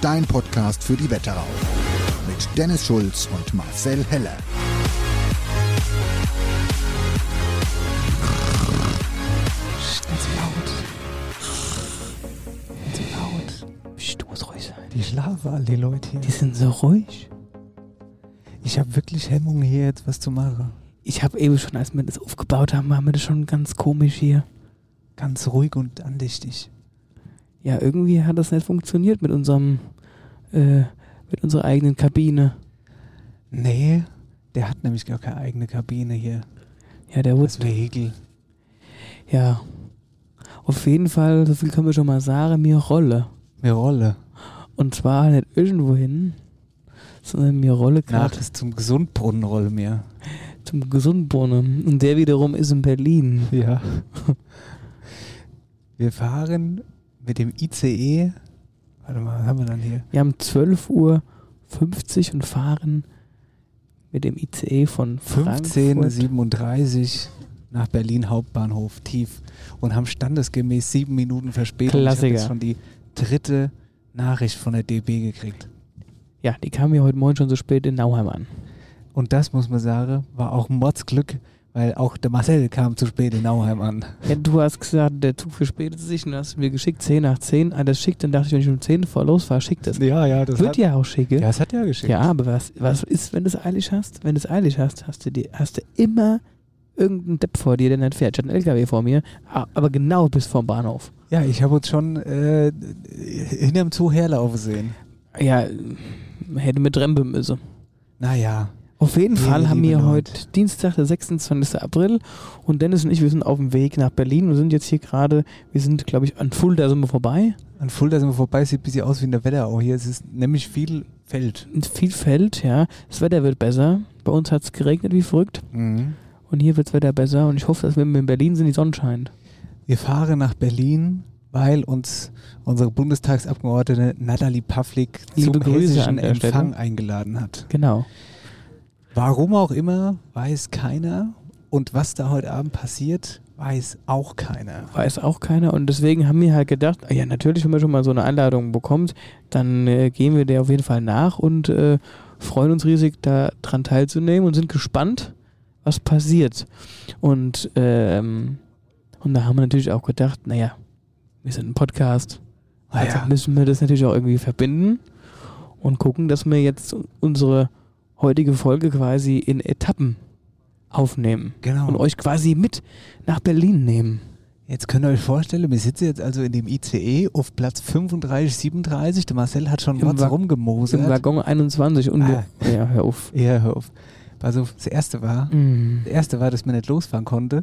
Dein Podcast für die Wetterau. Mit Dennis Schulz und Marcel Heller. Ganz laut. Ganz laut. Du musst ruhig sein. Die schlafen alle, die Leute hier. Die sind so ruhig. Ich habe wirklich Hemmungen hier jetzt was zu machen. Ich habe eben schon, als wir das aufgebaut haben, waren wir das schon ganz komisch hier. Ganz ruhig und andächtig. Ja, irgendwie hat das nicht funktioniert mit unserem, äh, mit unserer eigenen Kabine. Nee, der hat nämlich gar keine eigene Kabine hier. Ja, der Das Woods. Vehikel. Ja. Auf jeden Fall, so viel können wir schon mal sagen, mir rolle. Mir rolle. Und zwar nicht irgendwo hin, sondern mir rolle Nach gerade ist zum Gesundbrunnen rolle mir. zum Gesundbrunnen. Und der wiederum ist in Berlin. Ja. Wir fahren mit dem ICE. Warte mal, was haben wir dann hier? Wir haben 12.50 Uhr und fahren mit dem ICE von Frankfurt. 15.37 nach Berlin Hauptbahnhof tief und haben standesgemäß sieben Minuten Verspätung. Klassiker. Ich habe schon die dritte Nachricht von der DB gekriegt. Ja, die kamen ja heute Morgen schon so spät in Nauheim an. Und das muss man sagen, war auch Mordsglück, weil auch der Marcel kam zu spät in Nauheim an. Ja, du hast gesagt, der Zug verspätet sich und hast mir geschickt 10 nach 10. Ah, das schickt, dann dachte ich, wenn ich um 10 vor losfahre, schickt das. Ja, ja, das Wird ja auch schicke. Ja, das hat ja geschickt. Ja, aber was, was ist, wenn du es eilig hast? Wenn du es eilig hast, hast du, die, hast du immer irgendeinen Depp vor dir, der nicht fährt. Ich hatte einen LKW vor mir, a- aber genau bis vom Bahnhof. Ja, ich habe uns schon äh, hinterm Zug herlaufen sehen. Ja, hätte mit Rempe müssen. Naja, Auf jeden Liebe, Fall haben liebe wir Leute. heute Dienstag, der 26. April und Dennis und ich, wir sind auf dem Weg nach Berlin und sind jetzt hier gerade, wir sind glaube ich an Fulda sind wir vorbei. an Fulda sind wir vorbei, sieht ein bisschen aus wie in der Wetterau hier. Es ist nämlich viel Feld. Und Viel Feld, ja. Das Wetter wird besser. Bei uns hat es geregnet wie verrückt Mhm. und hier wird das Wetter besser und ich hoffe, dass wenn wir in Berlin sind, die Sonne scheint. Wir fahren nach Berlin, weil uns unsere Bundestagsabgeordnete Natalie Pavlik Liebe zum Grüße an hessischen der Stelle. Empfang eingeladen hat. Genau. Warum auch immer, weiß keiner. Und was da heute Abend passiert, weiß auch keiner. Weiß auch keiner und deswegen haben wir halt gedacht, ah ja natürlich, wenn man schon mal so eine Einladung bekommt, dann äh, gehen wir der auf jeden Fall nach und äh, freuen uns riesig daran teilzunehmen und sind gespannt, was passiert. Und, ähm, und da haben wir natürlich auch gedacht, naja, wir sind ein Podcast, also Naja, müssen wir das natürlich auch irgendwie verbinden und gucken, dass wir jetzt unsere heutige Folge quasi in Etappen aufnehmen und genau. euch quasi mit nach Berlin nehmen. Jetzt könnt ihr euch vorstellen, wir sitzen jetzt also in dem ICE auf Platz 35, 37. Der Marcel hat schon Im Motz Wag- Im rumgemosert. Waggon 21 und Ah. wir, ja, hör auf. Ja, hör auf. Also das Erste war, Mm. Das erste war, dass man nicht losfahren konnte,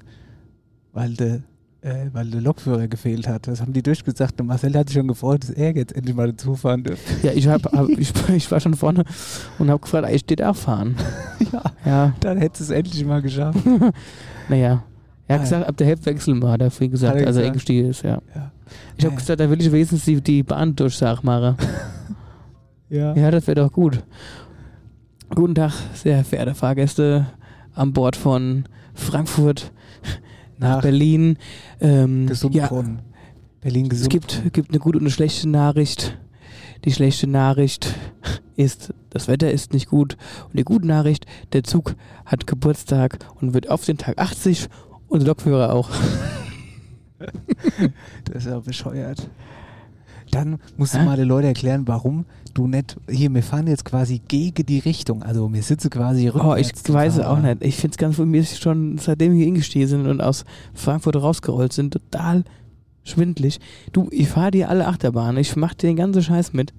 weil der äh, weil der Lokführer gefehlt hat. Das haben die durchgesagt. Und Marcel hat sich schon gefreut, dass er jetzt endlich mal dazufahren dürfte. Ja, ich, hab, hab, ich, ich war schon vorne und habe gefragt, ich steht auch fahren. ja, Ja, dann hättest du es endlich mal geschafft. naja. Er hat Ah. gesagt, ab der Hälfte wechseln wir, hat er vorhin gesagt, Hat er als er gesagt. eingestiegen ist, ja. Ja. Ich habe Ah. gesagt, da will ich wenigstens die, die Bahndurchsage machen. Ja. Ja, das wäre doch gut. Guten Tag, sehr verehrte Fahrgäste an Bord von Frankfurt nach, Nach- Berlin. Ähm, ja, Gesundbrunnen. Berlin es gesund. gibt, gibt eine gute und eine schlechte Nachricht. Die schlechte Nachricht ist, das Wetter ist nicht gut. Und die gute Nachricht, der Zug hat Geburtstag und wird auf den Tag 80 und der Lokführer auch. Das ist ja bescheuert. Dann musst du Hä? mal den Leuten erklären, warum du nicht. Hier, wir fahren jetzt quasi gegen die Richtung. Also, wir sitzen quasi Oh, ich rückwärts. weiß es auch Aber nicht. Ich finde es ganz von mir ist schon, seitdem wir hier hingestiegen sind und aus Frankfurt rausgerollt sind, total schwindlig. Du, ich fahre dir alle Achterbahnen, ich mache dir den ganzen Scheiß mit.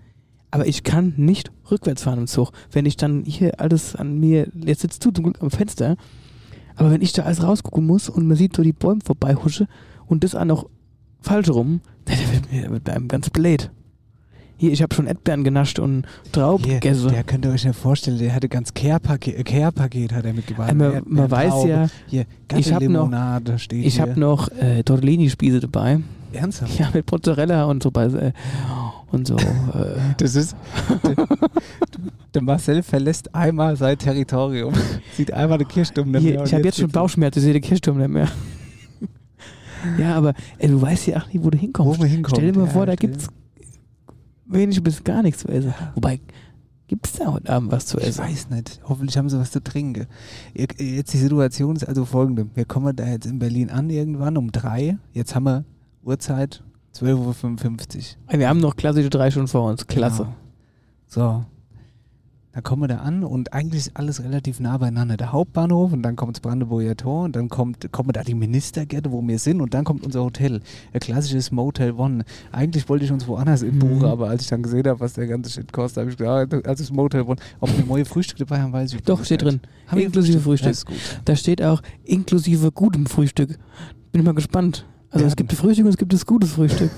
Aber ich kann nicht rückwärts fahren im Zug. Wenn ich dann hier alles an mir, jetzt sitzt du zum Glück am Fenster, aber wenn ich da alles rausgucken muss und man sieht so die Bäume vorbeihusche und das auch noch falsch rum, da wird mir wird mir einem ganz blöd. Hier, ich habe schon Erdbeeren genascht und Trauben Hier, gegessen. der könnt ihr euch nicht vorstellen, der hatte ganz Care-Paket äh, Care-Paket hat er mitgebracht. Äh, Man- Erdbeeren, man weiß Trauben. ja, Hier, ich hab noch- Limonade steht Ich hier. habe noch äh, Tortellini-Spieße dabei. Ernsthaft? Ja, mit Mozzarella und so. Bei, äh, und so. Äh, Das ist. der, der Marcel verlässt einmal sein Territorium. Sieht einmal eine Kirchturm nicht mehr hier, und ich habe jetzt schon sitzt er- Bauchschmerzen, ich sehe den Kirchturm nicht mehr. ja, aber ey, du weißt ja auch nicht, wo du Wo hinkommst. wir hinkommen. Stell dir mal Ja, vor, da stell- gibt's wenig bis gar nichts zu essen. Wobei, gibt's da heute Abend was zu Ich essen? weiß nicht. Hoffentlich haben sie was zu trinken. Ihr- Jetzt die Situation ist also folgende. Wir kommen da jetzt in Berlin an irgendwann um drei. Jetzt haben wir Uhrzeit 12.55 Uhr. Wir haben noch klassische drei schon vor uns. Klasse. Genau. So. Dann kommen wir da an und eigentlich ist alles relativ nah beieinander. Der Hauptbahnhof und dann kommt das Brandenburger Tor und dann kommt, kommen da die Ministergärte, wo wir sind und dann kommt unser Hotel. Ein klassisches Motel One. Eigentlich wollte ich uns woanders in buchen, Mhm. aber als ich dann gesehen habe, was der ganze Shit kostet, habe ich gedacht, ah, das ist Motel One. Ob wir neue Frühstück dabei haben, weiß ich Doch, nicht. steht drin. Haben wir Inklusive Frühstück. Das ist gut. Da steht auch inklusive gutem Frühstück. Bin mal gespannt. Also Ja. es gibt Frühstück und es gibt das gutes Frühstück.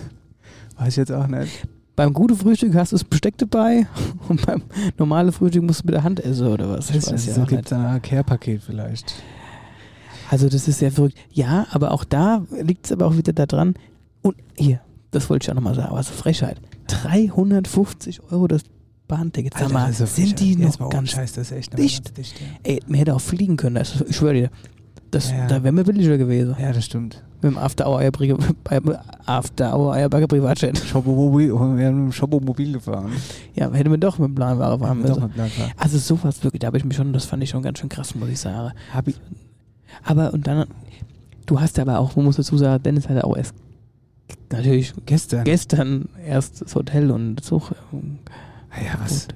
Weiß ich jetzt auch nicht. Beim guten Frühstück hast du das Besteck dabei und beim normalen Frühstück musst du mit der Hand essen oder was? Ich weiß ja so auch gibt nicht. es ein Care-Paket vielleicht. Also das ist sehr verrückt. Ja, aber auch da liegt es aber auch wieder daran. Und hier, das wollte ich auch nochmal sagen, was eine Frechheit. 350 Euro das Bahnticket. Sag mal, das ist so sind die frech. noch Jetzt mal ohne ganz... Scheiß, das ist echt noch dicht? ganz dicht ja. Ey, man hätte auch fliegen können. Das, ich schwöre dir, das, Ja. da wären wir billiger gewesen. ja, das stimmt. Mit dem After-Hour-Eierberger Privatjet. Shopmobil, wir haben mit dem Shopmobil gefahren. Ja, hätte man doch mit dem Planwagen fahren Haben wir doch müssen. mal Plan gehabt. Also sowas wirklich, da habe ich mich schon, das fand ich schon ganz schön krass, muss ich sagen. Hab ich, Aber und dann, du hast aber auch, man muss dazu sagen, Dennis hatte auch erst natürlich gestern. gestern erst das Hotel und Zug. Ah ja, was?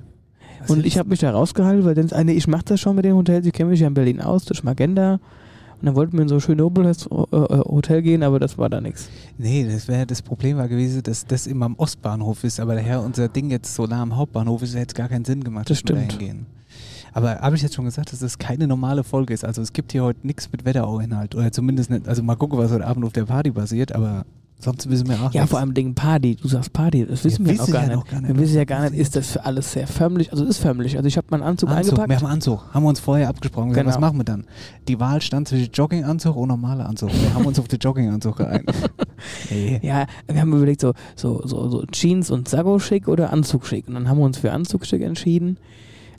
was Und ich habe mich da rausgehalten, weil Dennis, ah, nee, ich mache das schon mit dem Hotel, ich kenne mich ja in Berlin aus, durch Magenta. Und dann wollten wir in so ein schönes Nobelhest- äh, äh, Hotel gehen, aber das war da nichts. nee, das wäre das Problem war gewesen, dass das immer am Ostbahnhof ist, aber daher unser Ding jetzt so nah am Hauptbahnhof ist, hätte es gar keinen Sinn gemacht, Das dass wir da stimmt. hingehen. Aber habe ich jetzt schon gesagt, dass das keine normale Folge ist. Also es gibt hier heute nichts mit Wetterau-Inhalt. Oder zumindest nicht. Also mal gucken, was heute Abend auf der Party passiert, aber sonst wissen wir auch Ja, nichts. vor allem Dingen Party. Du sagst Party, das wissen wir, Wir noch, wissen gar ja nicht. noch gar nicht, Wir wissen ja was gar nicht, passiert. ist das für alles sehr förmlich? Also ist förmlich. Also ich habe meinen Anzug, Anzug, wir eingepackt. haben Anzug. Haben wir uns vorher abgesprochen. Gesagt, Was Genau. machen wir dann? Die Wahl stand zwischen Jogginganzug und normaler Anzug. Wir haben uns auf den Jogginganzug geeinigt. Nee. Ja, wir haben überlegt, so, so, so, so Jeans und Sago schick oder Anzug schick. Und dann haben wir uns für Anzug schick entschieden.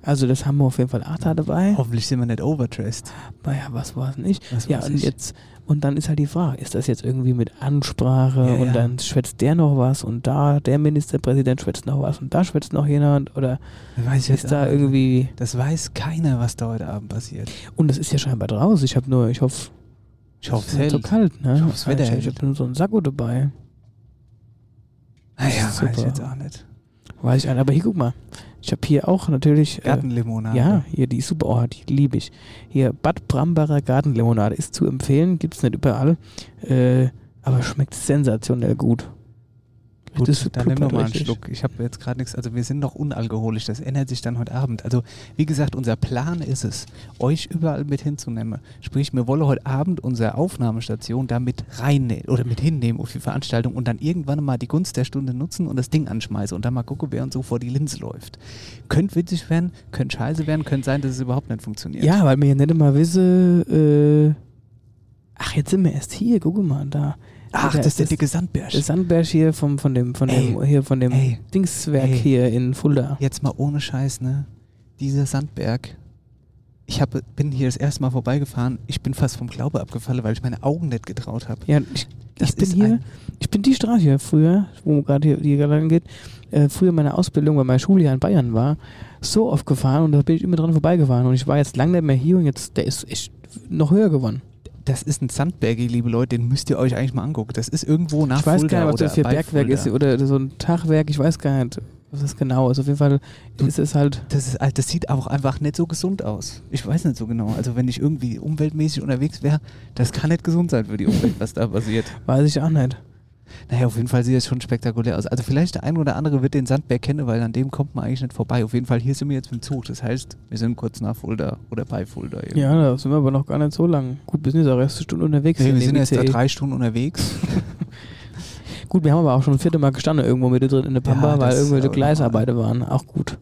Also das haben wir auf jeden Fall Oh. achter dabei. Hoffentlich sind wir nicht overdressed. Naja, was war es nicht? Was ja, weiß und ich. jetzt, und dann ist halt die Frage, ist das jetzt irgendwie mit Ansprache Ja, und ja. dann schwätzt der noch was und da, der Ministerpräsident schwätzt noch was und da schwätzt noch jemand oder Das weiß ich ist jetzt da auch. irgendwie. Das weiß keiner, was da heute Abend passiert. Und das ist ja scheinbar draußen. Ich habe nur, ich hoffe, Ich hoffe, ist nicht so kalt, ne? Ich hoffe, das Wetter ich hält. habe nur so einen Sakko dabei. Naja, Ah Super. weiß ich jetzt auch nicht. Weiß ich an. Aber hier, guck mal. Ich habe hier auch natürlich. äh, Gartenlimonade. Ja, hier die ist super, oh, die liebe ich. Hier Bad Brambacher Gartenlimonade ist zu empfehlen, gibt's nicht überall, äh, aber schmeckt sensationell gut. Gut, Das dann nimm pluppert doch mal einen richtig. Schluck. Ich habe jetzt gerade nichts. Also wir sind noch unalkoholisch. Das ändert sich dann heute Abend. Also wie gesagt, unser Plan ist es, euch überall mit hinzunehmen. Sprich, wir wollen heute Abend unsere Aufnahmestation da mit reinnehmen oder mit hinnehmen auf die Veranstaltung und dann irgendwann mal die Gunst der Stunde nutzen und das Ding anschmeißen und dann mal gucken, wer uns so vor die Linse läuft. Könnte witzig werden, könnte scheiße werden, könnte sein, dass es überhaupt nicht funktioniert. Ja, weil mir ja nicht immer wisse, äh, ach, jetzt sind wir erst hier, guck mal, da. Ach, Da das ist der das- dicke Sandbärsch. Der Sandberg hier vom, von dem, von dem, Ey. hier von dem Ey. Dingswerk Ey. hier in Fulda. Jetzt mal ohne Scheiß, ne? dieser Sandberg, ich hab, bin hier das erste Mal vorbeigefahren, ich bin fast vom Glaube abgefallen, weil ich meine Augen nicht getraut habe. Ja, ich, Das ich bin ist hier, ein- ich bin die Straße hier früher, wo gerade hier, hier lang geht, äh, früher meine Ausbildung, weil meine Schule ja in Bayern war, so oft gefahren und da bin ich immer dran vorbeigefahren und ich war jetzt lange nicht mehr hier und jetzt, der ist echt noch höher geworden. Das ist ein Sandberg, ihr liebe Leute, den müsst ihr euch eigentlich mal angucken. Das ist irgendwo nach Ich weiß Fulda gar nicht, ob oder das hier bei Bergwerk Fulda. ist oder so ein Tagwerk, ich weiß gar nicht, was das genau ist. Auf jeden Fall ist es halt, Das, ist, halt- das sieht auch einfach nicht so gesund aus. Ich weiß nicht so genau. Also wenn ich irgendwie umweltmäßig unterwegs wäre, das kann nicht gesund sein für die Umwelt, was da passiert. weiß ich auch nicht. Naja, auf jeden Fall sieht es schon spektakulär aus. Also vielleicht der ein oder andere wird den Sandberg kennen, weil an dem kommt man eigentlich nicht vorbei. Auf jeden Fall, hier sind wir jetzt mit dem Zug. Das heißt, wir sind kurz nach Fulda oder bei Fulda. eben. Ja, da sind wir aber noch gar nicht so lang. Gut, wir sind jetzt auch erst eine Stunde unterwegs. Nee, in wir dem sind jetzt da ICE. drei Stunden unterwegs. Gut, wir haben aber auch schon das vierte Mal gestanden irgendwo mittendrin in der Ja, Pampa, weil das ist irgendwelche aber Gleisarbeiten waren. Auch gut.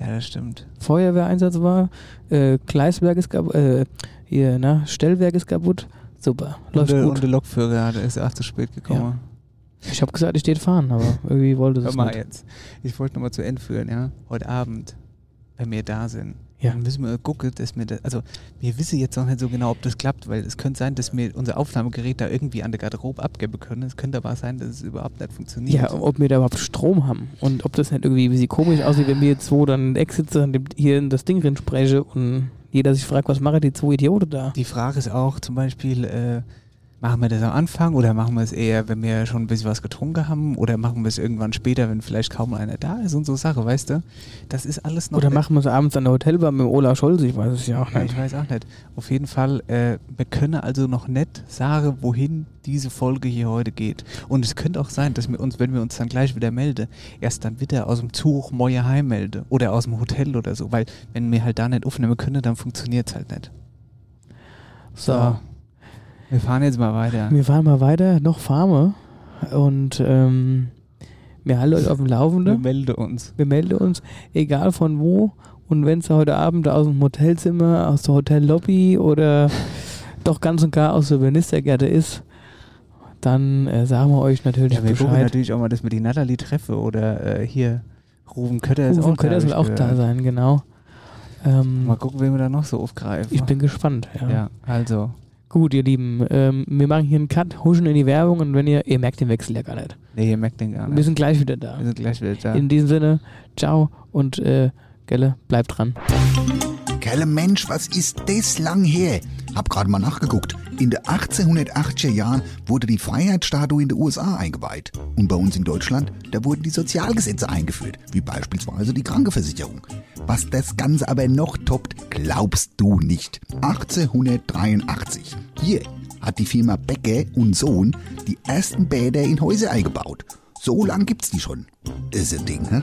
ja, das stimmt. Feuerwehreinsatz war, äh, Gleiswerk ist kaputt, äh, hier, ne, Stellwerk ist kaputt. Super, Und läuft der, gut. und der Lokführer der ist auch zu spät gekommen. ich habe gesagt, ich stehe fahren, aber irgendwie wollte Hör das mal nicht. jetzt. Ich wollte nochmal zu Ende führen, ja. Heute Abend, wenn wir da sind, Ja. dann müssen wir gucken, dass wir das. Also, wir wissen jetzt noch nicht so genau, ob das klappt, weil es könnte sein, dass wir unser Aufnahmegerät da irgendwie an der Garderobe abgeben können. Es könnte aber auch sein, dass es überhaupt nicht funktioniert. Ja, ob wir da überhaupt Strom haben und ob das nicht irgendwie wie sie komisch aussieht, wenn wir zwei dann Exit an dem, hier in das Ding drin spreche und jeder sich fragt, was machen die zwei Idioten da? Die Frage ist auch zum Beispiel, äh, machen wir das am Anfang oder machen wir es eher, wenn wir schon ein bisschen was getrunken haben oder machen wir es irgendwann später, wenn vielleicht kaum einer da ist und so Sache, weißt du? Das ist alles noch... Oder machen wir es abends an der Hotelbar mit dem Ola Scholz, ich weiß es ja auch Ja, nicht. ich weiß auch nicht. Auf jeden Fall, äh, wir können also noch nicht sagen, wohin diese Folge hier heute geht. Und es könnte auch sein, dass wir uns, wenn wir uns dann gleich wieder melden, erst dann wieder aus dem Zug Moje heim melde oder aus dem Hotel oder so, weil wenn wir halt da nicht aufnehmen können, dann funktioniert es halt nicht. So, Wir fahren jetzt mal weiter. wir fahren mal weiter, noch Farme und ähm, wir halten euch auf dem Wir Laufenden. melden uns. Wir melden uns, egal von wo. Und wenn es heute Abend aus dem Hotelzimmer, aus der Hotellobby oder doch ganz und gar aus der Ministergärte ist, dann äh, sagen wir halt euch natürlich Ja, wir gucken Bescheid. natürlich auch mal, dass wir die Natalie treffe oder äh, hier Ruben Kötter ist Uwe auch da. Kötter hab soll ich auch da gehört. sein, genau. Ähm, Mal gucken, wen wir da noch so aufgreifen. ich bin gespannt. Ja. ja, also. Gut, ihr Lieben, ähm, wir machen hier einen Cut, huschen in die Werbung und wenn ihr, ihr merkt den Wechsel ja gar nicht. Nee, ihr merkt den gar Wir nicht. sind gleich wieder da. Wir sind gleich wieder da. In diesem Sinne, ciao und äh, Gelle, bleibt dran. Kerle Mensch, was ist das lang her? Hab gerade mal nachgeguckt. In den 1880er Jahren wurde die Freiheitsstatue in den USA eingeweiht. Und bei uns in Deutschland, da wurden die Sozialgesetze eingeführt, wie beispielsweise die Krankenversicherung. Was das Ganze aber noch toppt, glaubst du nicht. 1883. Hier hat die Firma Becke und Sohn die ersten Bäder in Häuser eingebaut. So lang gibt's die schon. Ist ein Ding, hä?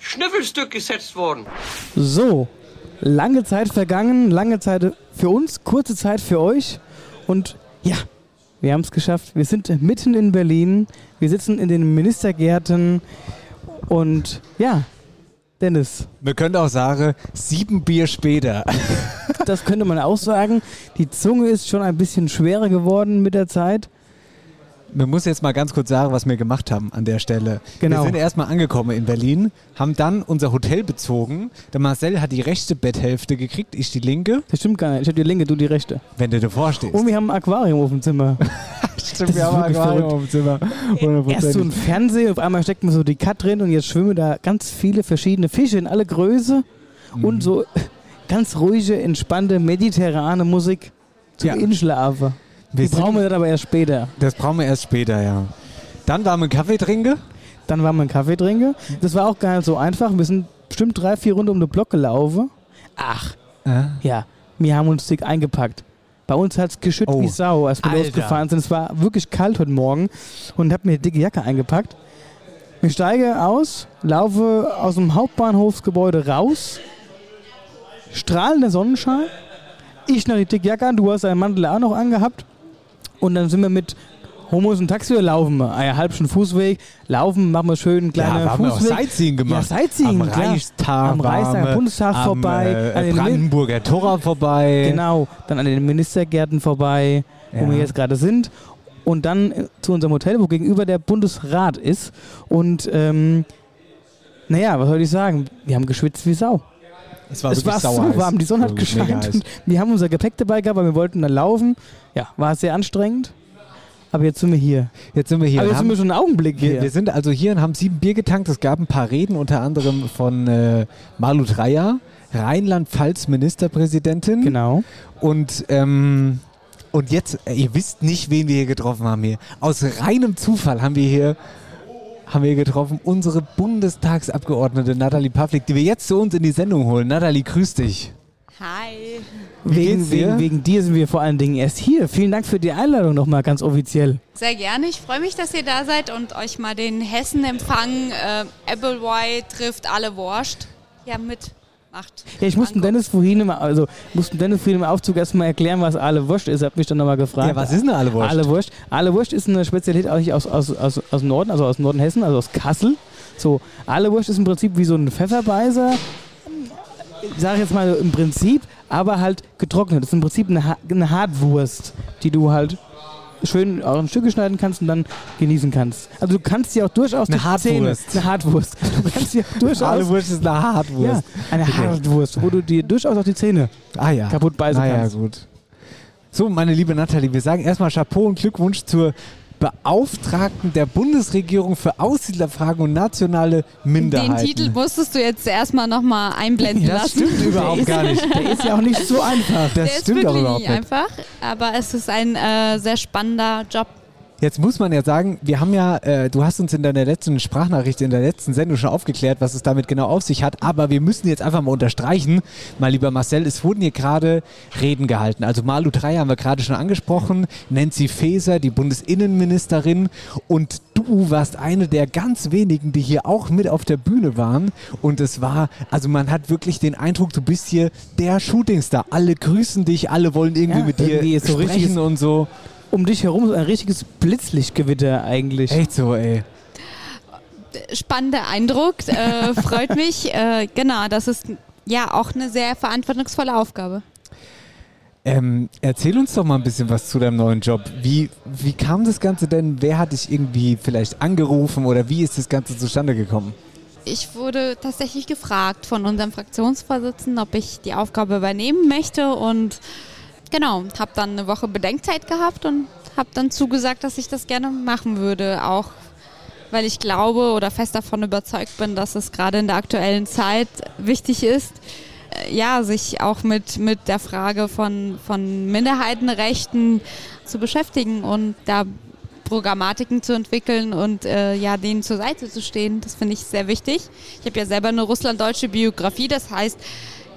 Schnüffelstück gesetzt worden? So, lange Zeit vergangen, lange Zeit für uns, kurze Zeit für euch. Und ja, wir haben es geschafft. Wir sind mitten in Berlin. Wir sitzen in den Ministergärten. Und ja, Dennis, Wir können auch sagen, sieben Bier später. das könnte man auch sagen. Die Zunge ist schon ein bisschen schwerer geworden mit der Zeit. Man muss jetzt mal ganz kurz sagen, was wir gemacht haben an der Stelle. Genau. Wir sind erstmal angekommen in Berlin, haben dann unser Hotel bezogen. Der Marcel hat die rechte Betthälfte gekriegt, ich die linke, Das stimmt gar nicht. Ich habe die linke, du die rechte. wenn du davor stehst. Und wir haben ein Aquarium auf dem Zimmer. Stimmt, das ist haben ein wirklich Äh, Aquarium im Zimmer. Erst so ein Fernseher, auf einmal steckt man so die Cut drin und jetzt schwimmen da ganz viele verschiedene Fische in alle Größe Mhm. und so ganz ruhige, entspannte, mediterrane Musik zum Ja. Inschlafen. Die Wir sind- brauchen wir dann aber erst später. das brauchen wir erst später, ja. Dann waren wir einen Kaffee trinken. Dann waren wir einen Kaffee trinken. Das war auch gar nicht so einfach. Wir sind bestimmt drei, vier Runden um den Block gelaufen. Ach, ja, wir haben uns dick eingepackt. Bei uns hat es geschüttet Oh. wie Sau, als wir Alter. losgefahren sind. Es war wirklich kalt heute Morgen und habe mir eine dicke Jacke eingepackt. Ich steige aus, laufe aus dem Hauptbahnhofsgebäude raus, strahlender Sonnenschein. Ich noch die dicke Jacke an, du hast deinen Mantel auch noch angehabt. Und dann sind wir mit Homos im Taxi wir laufen Ah wir. Einen halbschen Fußweg, laufen, machen wir schön einen kleinen Ja, haben wir auch Fußweg. Sightseeing gemacht. Ja, Sightseeing, Am klar. Reichstag, am Reichstag, waren wir, Bundestag am, vorbei, an äh, den Min- Brandenburger Tor vorbei. Genau, dann an den Ministergärten vorbei, wo äh. Ja. wir jetzt gerade sind. Und dann äh, zu unserem Hotel, wo gegenüber der Bundesrat ist. Und ähm, naja, was soll ich sagen? Wir haben geschwitzt wie Sau. Es war, es war wirklich so sauer heiß. warm, die Sonne hat Wirklich mega gescheint. heiß. und Wir haben unser Gepäck dabei gehabt, weil wir wollten dann laufen. Ja, war sehr anstrengend. Aber jetzt sind wir hier. Jetzt sind wir hier. Aber und jetzt sind wir haben, schon einen Augenblick wir, hier. wir sind also hier und haben sieben Bier getankt. Es gab ein paar Reden, unter anderem von äh, Malu Dreyer, Rheinland-Pfalz Ministerpräsidentin. Genau. Und, ähm, und jetzt, äh, ihr wisst nicht, wen wir hier getroffen haben hier. Aus reinem Zufall haben wir hier, haben wir hier getroffen unsere Bundestagsabgeordnete Nathalie Pavlik, die wir jetzt zu uns in die Sendung holen. Nathalie, grüß dich. Hi. Wegen, geht's dir? wegen, wegen dir sind wir vor allen Dingen erst hier. Vielen Dank für die Einladung nochmal ganz offiziell. Sehr gerne. Ich freue mich, dass ihr da seid und euch mal den Hessen-Empfang äh, Applewhite trifft alle Wurscht hier mitmacht. Ja, ich musste Anguckt. Dennis vorhin im, also, mussten Dennis vorhin im Aufzug erstmal erklären, was alle Wurst ist. Er hat mich dann nochmal gefragt. Ja, was ist denn alle Wurst? Alle Wurst. Alle Wurst ist eine Spezialität eigentlich aus, aus, aus, aus dem Norden, also aus dem Norden Hessen, also aus Kassel. So, alle Wurst ist im Prinzip wie so ein Pfefferbeißer. Ich sag jetzt mal im Prinzip, aber halt getrocknet. Das ist im Prinzip eine, Ha- eine Hartwurst, die du halt schön auch in Stücke schneiden kannst und dann genießen kannst. Also du kannst sie auch durchaus Eine durch die Zähne, Hartwurst. eine Hartwurst. Du kannst sie auch durchaus Alle Wurst ist eine ja, Hartwurst. eine Okay. Hartwurst, wo du dir durchaus auch die Zähne. Ah ja. Kaputt beißen naja, kannst. gut. So, meine liebe Nathalie, wir sagen erstmal Chapeau und Glückwunsch zur Beauftragten der Bundesregierung für Aussiedlerfragen und nationale Minderheiten. Den Titel musstest du jetzt erstmal nochmal einblenden Das lassen. stimmt überhaupt gar nicht. Der ist ja auch nicht so einfach. Das Der ist stimmt wirklich auch überhaupt nicht nicht. einfach, aber es ist ein äh, sehr spannender Job. Jetzt muss man ja sagen, wir haben ja, äh, du hast uns in deiner letzten Sprachnachricht, in der letzten Sendung schon aufgeklärt, was es damit genau auf sich hat, aber wir müssen jetzt einfach mal unterstreichen, mein lieber Marcel, es wurden hier gerade Reden gehalten. Also Malu Dreyer haben wir gerade schon angesprochen, Nancy Faeser, die Bundesinnenministerin und du warst eine der ganz wenigen, die hier auch mit auf der Bühne waren und es war, also man hat wirklich den Eindruck, du bist hier der Shootingstar. Alle grüßen dich, alle wollen irgendwie Ja, mit dir irgendwie ist so sprechen richtiges- und so. Um dich herum ist ein richtiges Blitzlichtgewitter eigentlich. Echt so, ey. Spannender Eindruck, äh, freut mich. Äh, genau, das ist ja auch eine sehr verantwortungsvolle Aufgabe. Ähm, erzähl uns doch mal ein bisschen was zu deinem neuen Job. Wie, wie kam das Ganze denn? Wer hat dich irgendwie vielleicht angerufen oder wie ist das Ganze zustande gekommen? Ich wurde tatsächlich gefragt von unserem Fraktionsvorsitzenden, ob ich die Aufgabe übernehmen möchte und genau, habe dann eine Woche Bedenkzeit gehabt und habe dann zugesagt, dass ich das gerne machen würde, auch weil ich glaube oder fest davon überzeugt bin, dass es gerade in der aktuellen Zeit wichtig ist, äh, ja, sich auch mit, mit der Frage von, von Minderheitenrechten zu beschäftigen und da Programmatiken zu entwickeln und äh, ja, denen zur Seite zu stehen. Das finde ich sehr wichtig. Ich habe ja selber eine russlanddeutsche Biografie, das heißt,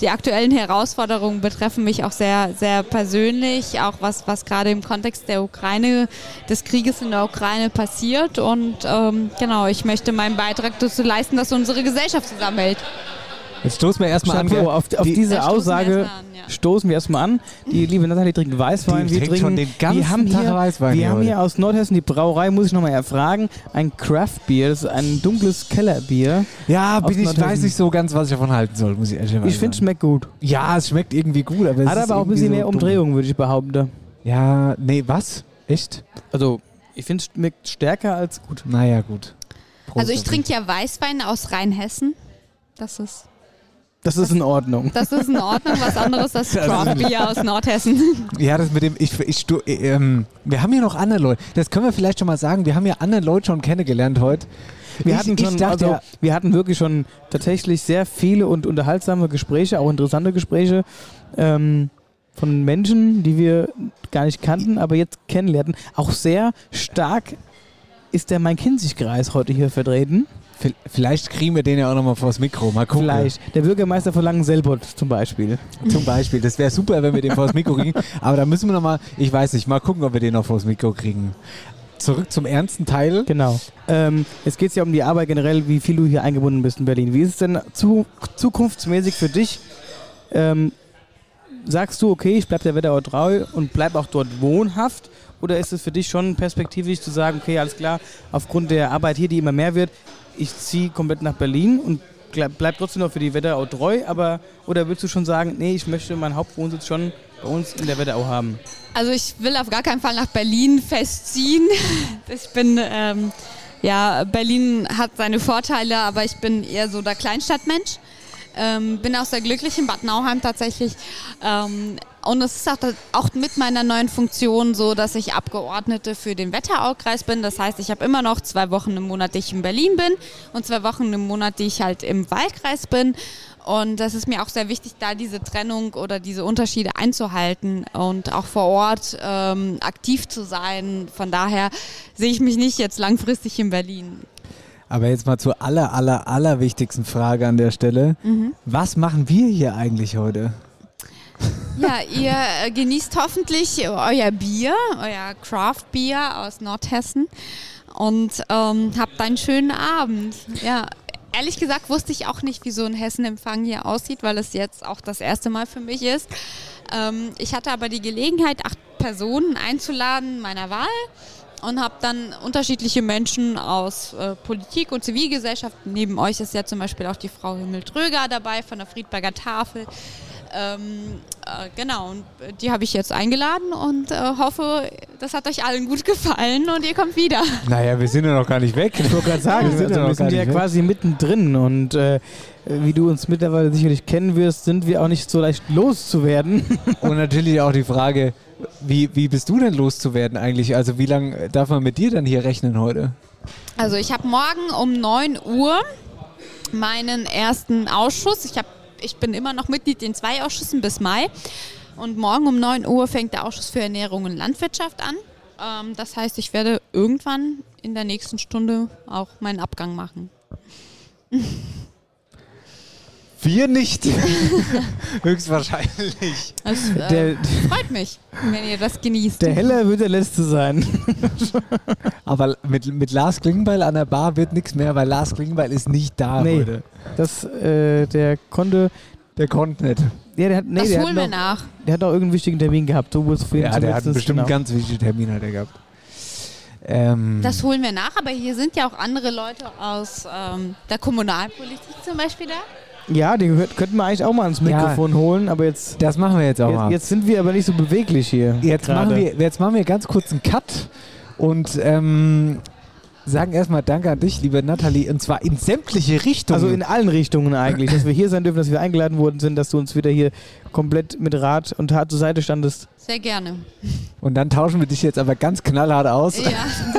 die aktuellen Herausforderungen betreffen mich auch sehr, sehr persönlich, auch was, was gerade im Kontext der Ukraine, des Krieges in der Ukraine passiert. Und ähm, genau, ich möchte meinen Beitrag dazu leisten, dass unsere Gesellschaft zusammenhält. Jetzt stoßen wir erstmal an. Chapeau, gell? auf, auf die, diese Da stoßen wir Aussage erstmal an, Mhm. ja. stoßen wir erstmal an. Die liebe Nathalie trinkt Weißwein. Die wir trinkt trinken schon den ganzen wir haben Tag hier, Weißwein Wir hier haben heute. hier aus Nordhessen die Brauerei, muss ich nochmal erfragen, ein Craft Beer. Das ist ein dunkles Kellerbier. ja, aus bin ich, Nordhessen. weiß nicht so ganz, was ich davon halten soll, muss ich ehrlich sagen. Ich finde, es schmeckt gut. Ja, es schmeckt irgendwie gut, aber es Hat ist aber auch ein irgendwie bisschen so mehr dumm. Umdrehung, würde ich behaupten. Ja, nee, was? Echt? Also, ich finde, es schmeckt stärker als gut. Naja, gut. Prost Also ich auf trinke ja Weißwein aus Rheinhessen. Das ist, Das ist in Ordnung. das ist in Ordnung, was anderes als Craftbier aus Nordhessen. Ja, das mit dem, ich, ich, stu- äh, ähm, wir haben hier noch andere Leute, das können wir vielleicht schon mal sagen, wir haben hier andere Leute schon kennengelernt heute. Wir ich, hatten ich schon, dachte, also, ja, wir hatten wirklich schon tatsächlich sehr viele und unterhaltsame Gespräche, auch interessante Gespräche ähm, von Menschen, die wir gar nicht kannten, aber jetzt kennenlernten. Auch sehr stark ist der Main-Kinzig-Kreis heute hier vertreten. vi- vielleicht kriegen wir den ja auch nochmal vors Mikro, mal gucken. Vielleicht. Der Bürgermeister von Langenselbott zum Beispiel. Zum Beispiel. Das wäre super, wenn wir den vors Mikro kriegen. Aber da müssen wir nochmal, ich weiß nicht, mal gucken, ob wir den noch vors Mikro kriegen. Zurück zum ernsten Teil. Genau. Ähm, jetzt geht es ja um die Arbeit generell, wie viel du hier eingebunden bist in Berlin. Wie ist es denn zu, zukunftsmäßig für dich, Ähm, sagst du, okay, ich bleib der Wetterau treu und bleib auch dort wohnhaft? Oder ist es für dich schon perspektivisch zu sagen, okay, alles klar, aufgrund der Arbeit hier, die immer mehr wird, ich ziehe komplett nach Berlin und gle- bleib trotzdem noch für die Wetterau treu, aber oder willst du schon sagen, nee, ich möchte meinen Hauptwohnsitz schon bei uns in der Wetterau haben? Also ich will auf gar keinen Fall nach Berlin festziehen. Ich bin, ähm, ja, Berlin hat seine Vorteile, aber ich bin eher so der Kleinstadtmensch. Ähm, bin auch sehr glücklich in Bad Nauheim tatsächlich. Ähm, und es ist auch, auch mit meiner neuen Funktion so, dass ich Abgeordnete für den Wetteraukreis bin. Das heißt, ich habe immer noch zwei Wochen im Monat, die ich in Berlin bin und zwei Wochen im Monat, die ich halt im Wahlkreis bin. Und das ist mir auch sehr wichtig, da diese Trennung oder diese Unterschiede einzuhalten und auch vor Ort ähm, aktiv zu sein. Von daher sehe ich mich nicht jetzt langfristig in Berlin. Aber jetzt mal zur aller, aller, aller wichtigsten Frage an der Stelle. Mhm. Was machen wir hier eigentlich heute? Ja, ihr äh, genießt hoffentlich euer Bier, euer Craft Bier aus Nordhessen und ähm, habt einen schönen Abend. Ja, ehrlich gesagt wusste ich auch nicht, wie so ein Hessenempfang hier aussieht, weil es jetzt auch das erste Mal für mich ist. Ähm, ich hatte aber die Gelegenheit, acht Personen einzuladen meiner Wahl und habe dann unterschiedliche Menschen aus äh, Politik und Zivilgesellschaft. Neben euch ist ja zum Beispiel auch die Frau Himmel-Tröger dabei von der Friedberger Tafel. Ähm, äh, genau, und äh, die habe ich jetzt eingeladen und äh, hoffe, das hat euch allen gut gefallen und ihr kommt wieder. Naja, wir sind ja noch gar nicht weg. Ich wollte gerade sagen, Wir sind ja also noch wir sind gar ja nicht weg. quasi mittendrin und äh, wie du uns mittlerweile sicherlich kennen wirst, sind wir auch nicht so leicht loszuwerden. Und natürlich auch die Frage, wie, wie bist du denn Um loszuwerden eigentlich? Also wie lange darf man mit dir dann hier rechnen heute? Also ich habe morgen um 9 Uhr meinen ersten Ausschuss. Ich, hab, ich bin immer noch Mitglied in zwei Ausschüssen bis Mai. Und morgen um 9 Uhr fängt der Ausschuss für Ernährung und Landwirtschaft an. Ähm, das heißt, ich werde irgendwann in der nächsten Stunde auch meinen Abgang machen. Wir nicht. Höchstwahrscheinlich. Das äh, Der, freut mich, wenn ihr das genießt. der Heller wird der Letzte sein. Aber mit, mit Lars Klingbeil an der Bar wird nichts mehr, weil Lars Klingbeil ist nicht da Nee. heute. Das, äh, der konnte. Der konnte nicht. Ja, der hat, nee, das der, hat holen wir noch, nach. der hat auch irgendeinen wichtigen Termin gehabt. Du wurdest für ihn Ja, der hat zumindest- bestimmt einen genau. ganz wichtigen Termin hat er gehabt. Ähm, Das holen wir nach, aber hier sind ja auch andere Leute aus ähm, der Kommunalpolitik zum Beispiel da. Ja, den gehört- könnten wir eigentlich auch mal ans Mikrofon holen, aber jetzt, das machen wir jetzt auch jetzt, mal. jetzt sind wir aber nicht so beweglich hier. Jetzt gerade. machen, wir, jetzt machen wir ganz kurz einen Cut und ähm, sagen erstmal Danke an dich, liebe Nathalie, und zwar in sämtliche Richtungen. Also in allen Richtungen eigentlich, dass wir hier sein dürfen, dass wir eingeladen worden sind, dass du uns wieder hier komplett mit Rat und Tat zur Seite standest. Sehr gerne. und dann tauschen wir dich jetzt aber ganz knallhart aus. Ja,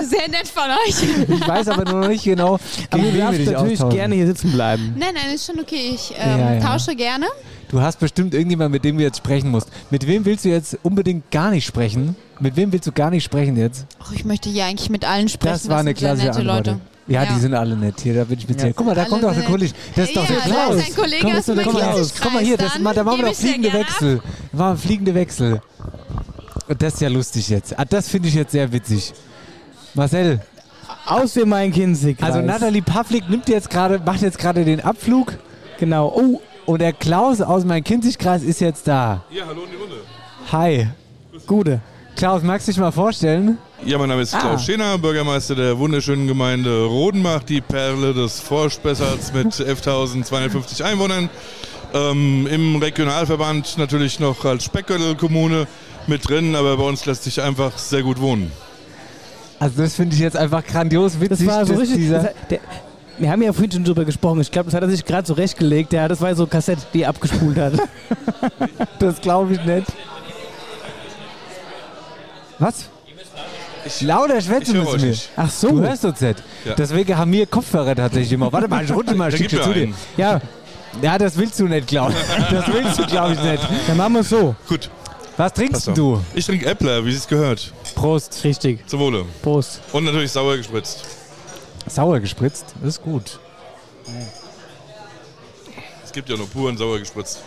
sehr nett von euch. Ich weiß aber nur noch nicht genau, Aber gegen du wen wir darfst dich natürlich austauschen. gerne hier sitzen bleiben. Nein, nein, ist schon okay. Ich ähm, Ja, ja. tausche gerne. Du hast bestimmt irgendjemanden, mit dem du jetzt sprechen musst. Mit wem willst du jetzt unbedingt gar nicht sprechen? Mit wem willst du gar nicht sprechen jetzt? Ach, ich möchte hier eigentlich mit allen sprechen. Das war eine sind sehr klassische nette Antwort. Leute. Ja, Ja. die sind alle nett. Hier, da bin ich mit Ja. dir. Guck mal, da Alle kommt auch der nett. Kollege. Das ist doch Ja, der da ist Klaus. ein Kollege Komm, aus das ist doch der meinem Klaus. Freundeskreis. Komm mal hier, das, Dann da machen wir gebe noch ich sehr fliegende gerne ab. Wechsel. Da machen wir fliegende Wechsel. Und das ist ja lustig jetzt. Ah, Das finde ich jetzt sehr witzig. Marcel, Aus wie mein Kinzig. also Nathalie Pavlik nimmt jetzt gerade, macht jetzt gerade den Abflug Genau. Oh, und der Klaus aus meinem Kinzigkreis ist jetzt da. Ja, hallo in die Runde. Hi. gute. Klaus, magst du dich mal vorstellen? Ah. Ja, mein Name ist Klaus Schener, Bürgermeister der wunderschönen Gemeinde Rodenbach, die Perle des Vorspessarts mit 11.250 Einwohnern. Ähm, Im Regionalverband natürlich noch als Speckgürtelkommune mit drin, aber bei uns lässt sich einfach sehr gut wohnen. Also das finde ich jetzt einfach grandios Das witzig. war so dass richtig. dieser- Das, hat- der, wir haben ja vorhin schon drüber gesprochen. Ich glaube, das hat er sich gerade so rechtgelegt. Ja, das war so Kassette, die er abgespult hat. Das glaube ich nicht. Was? Ich- Lauter Ich schwätzen höre müssen euch wir. nicht. Ach so. Du hörst uns nicht. Ja. Deswegen haben wir Kopfhörer tatsächlich immer. Warte mal, ich runter mal, Da schick gib dir mir zu dir. einen. Ja. ja, das willst du nicht, glaube ich. Das willst du, glaube ich, nicht. Dann machen wir es so. Gut, Was trinkst pass auf. du? Ich trinke Äppler, wie es gehört. Prost. Richtig. Zum Wohle. Prost. Und natürlich sauer gespritzt. Sauer gespritzt, das ist gut. Es gibt ja nur puren sauer gespritzt.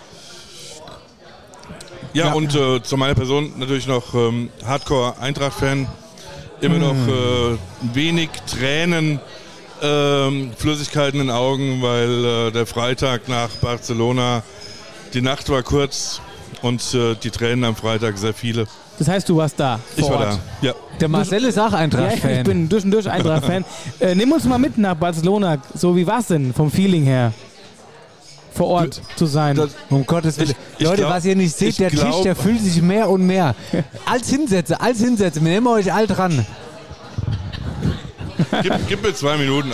Ja, und äh, zu meiner Person natürlich noch ähm, Hardcore-Eintracht-Fan. Immer noch äh, wenig Tränen, ähm, Flüssigkeiten in den Augen, weil äh, der Freitag nach Barcelona Die Nacht war kurz und äh, die Tränen am Freitag sehr viele. Das heißt, du warst da. Ich vor war Ort. da. Ja. Der Marcel ist auch Ja, Eintracht-Fan. ich bin durch und durch Eintracht-Fan. äh, nimm uns mal mit nach Barcelona. So, wie war's denn vom Feeling her? Vor Ort zu sein. Das, Um Gottes Willen. Ich- ich Leute, glaub- was ihr nicht ich seht, der glaub- Tisch, der füllt sich mehr und mehr. Als Hinsätze, als Hinsätze. Wir nehmen euch all dran. gib, gib mir zwei Minuten.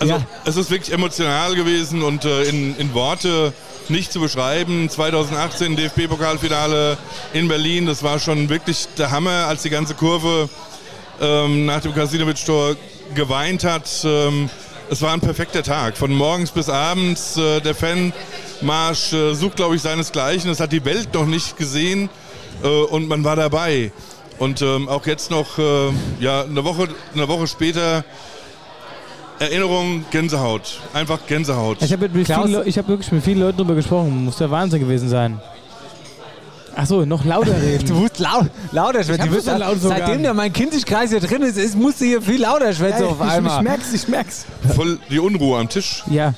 Also, ja. es ist wirklich emotional gewesen und äh, in, in Worte nicht zu beschreiben. 2018 DFB-Pokalfinale in Berlin, das war schon wirklich der Hammer, als die ganze Kurve ähm, nach dem Kasinowitsch-Tor geweint hat. Ähm, es war ein perfekter Tag, von morgens bis abends. Äh, der Fanmarsch äh, sucht, glaube ich, seinesgleichen. Das hat die Welt noch nicht gesehen äh, und man war dabei. Und ähm, auch jetzt noch äh, ja, eine, Woche, eine Woche später Erinnerung, Gänsehaut. Einfach Gäsehaut. Ich habe mit- mit Klaus- vielen Leu- ich hab wirklich mit vielen Leuten drüber gesprochen. Muss der Wahnsinn gewesen sein. Achso, noch lauter Du reden. musst lau lauter schwätzen. hab Die wird- so laut sogar. Seitdem der mein Kindischkreis hier drin ist, ist musst du hier viel lauter schwätzen auf einmal. merk's, ich merk's. Voll die Unruhe am Tisch. Ja.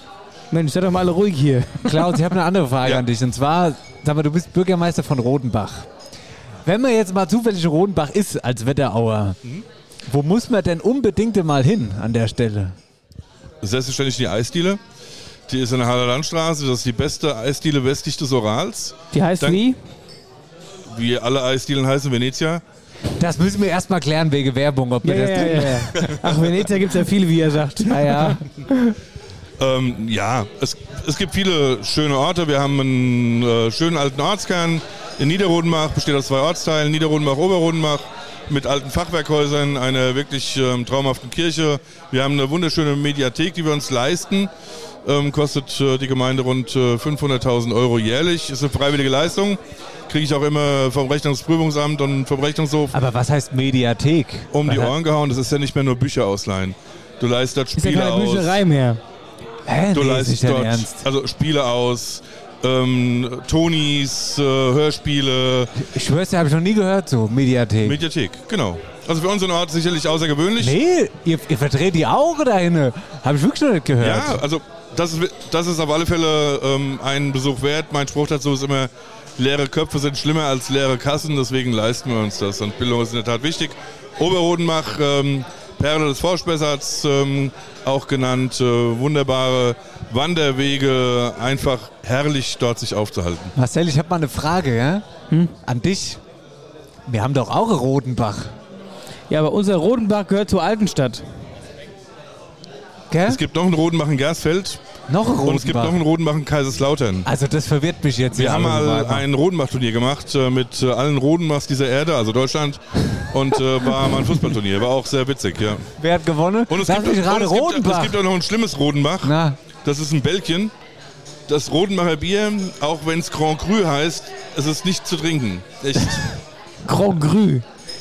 Mensch, seid doch mal alle ruhig hier. Klaus, ich habe eine andere Frage Ja. an dich. Und zwar, sag mal, du bist Bürgermeister von Rodenbach. Wenn man jetzt mal zufällig in Rodenbach ist als Wetterauer, Mhm. wo muss man denn unbedingt mal hin an der Stelle? Selbstverständlich die Eisdiele. Die ist in der Haller Landstraße. Das ist die beste Eisdiele westlich des Orals. Die heißt Dank- wie? Wie alle Eisdielen heißen, Venezia. Das müssen wir erstmal klären wegen Werbung, ob wir das tun. Ach, Venezia gibt's ja viele, wie er sagt. Ah ja. Ähm, ja, es, es gibt viele schöne Orte. Wir haben einen äh, schönen alten Ortskern in Niederrodenbach, besteht aus zwei Ortsteilen, Niederrodenbach, Oberrodenbach, mit alten Fachwerkhäusern, einer wirklich ähm, traumhaften Kirche. Wir haben eine wunderschöne Mediathek, die wir uns leisten. Ähm, kostet äh, die Gemeinde rund äh, 500.000 Euro jährlich. Ist eine freiwillige Leistung. Kriege ich auch immer vom Rechnungsprüfungsamt und vom Rechnungshof Aber was heißt Mediathek? um die Was- Ohren gehauen. Das ist ja nicht mehr nur Bücher ausleihen. Du leist dort Ist ja Spiele keine aus. Bücherei mehr. Hä? Du nee, ist leistest nicht dein dort Ernst. also Spiele aus, ähm, Tonis, äh, Hörspiele, Ich schwör's dir, habe ich noch nie gehört so, Mediathek. Mediathek, genau. Also für unseren Ort sicherlich außergewöhnlich. nee, ihr, ihr verdreht die Augen dahin. Habe ich wirklich noch nicht gehört. Ja, also das ist, das ist auf alle Fälle ähm, ein Besuch wert. Mein Spruch dazu ist immer, leere Köpfe sind schlimmer als leere Kassen, deswegen leisten wir uns das. Und Bildung ist in der Tat wichtig. Oberrodenbach, ähm, Perle des Vorspessarts, ähm, auch genannt, äh, wunderbare Wanderwege, einfach herrlich dort sich aufzuhalten. Marcel, ich habe mal eine Frage, ja? An dich. Wir haben doch auch einen Rodenbach. Ja, aber unser Rodenbach gehört zur Altenstadt. Gell? Es gibt noch einen Rodenbach in Gersfeld Noch einen und es gibt noch Rodenbach. einen Rodenbach in Kaiserslautern. Also das verwirrt mich jetzt. Wir hier haben alles mal weiter. ein Rodenbach-Turnier gemacht äh, mit äh, allen Rodenbachs dieser Erde, also Deutschland, und äh, war mal ein Fußballturnier. War auch sehr witzig, ja. Wer hat gewonnen? Und es, Lass gibt, mich und gerade es, gibt, es Rodenbach. gibt auch noch ein schlimmes Rodenbach. Na, Das ist in Belgien. Das Rodenbacher Bier, auch wenn es Grand Cru heißt, es ist nicht zu trinken. Echt. Grand Grü.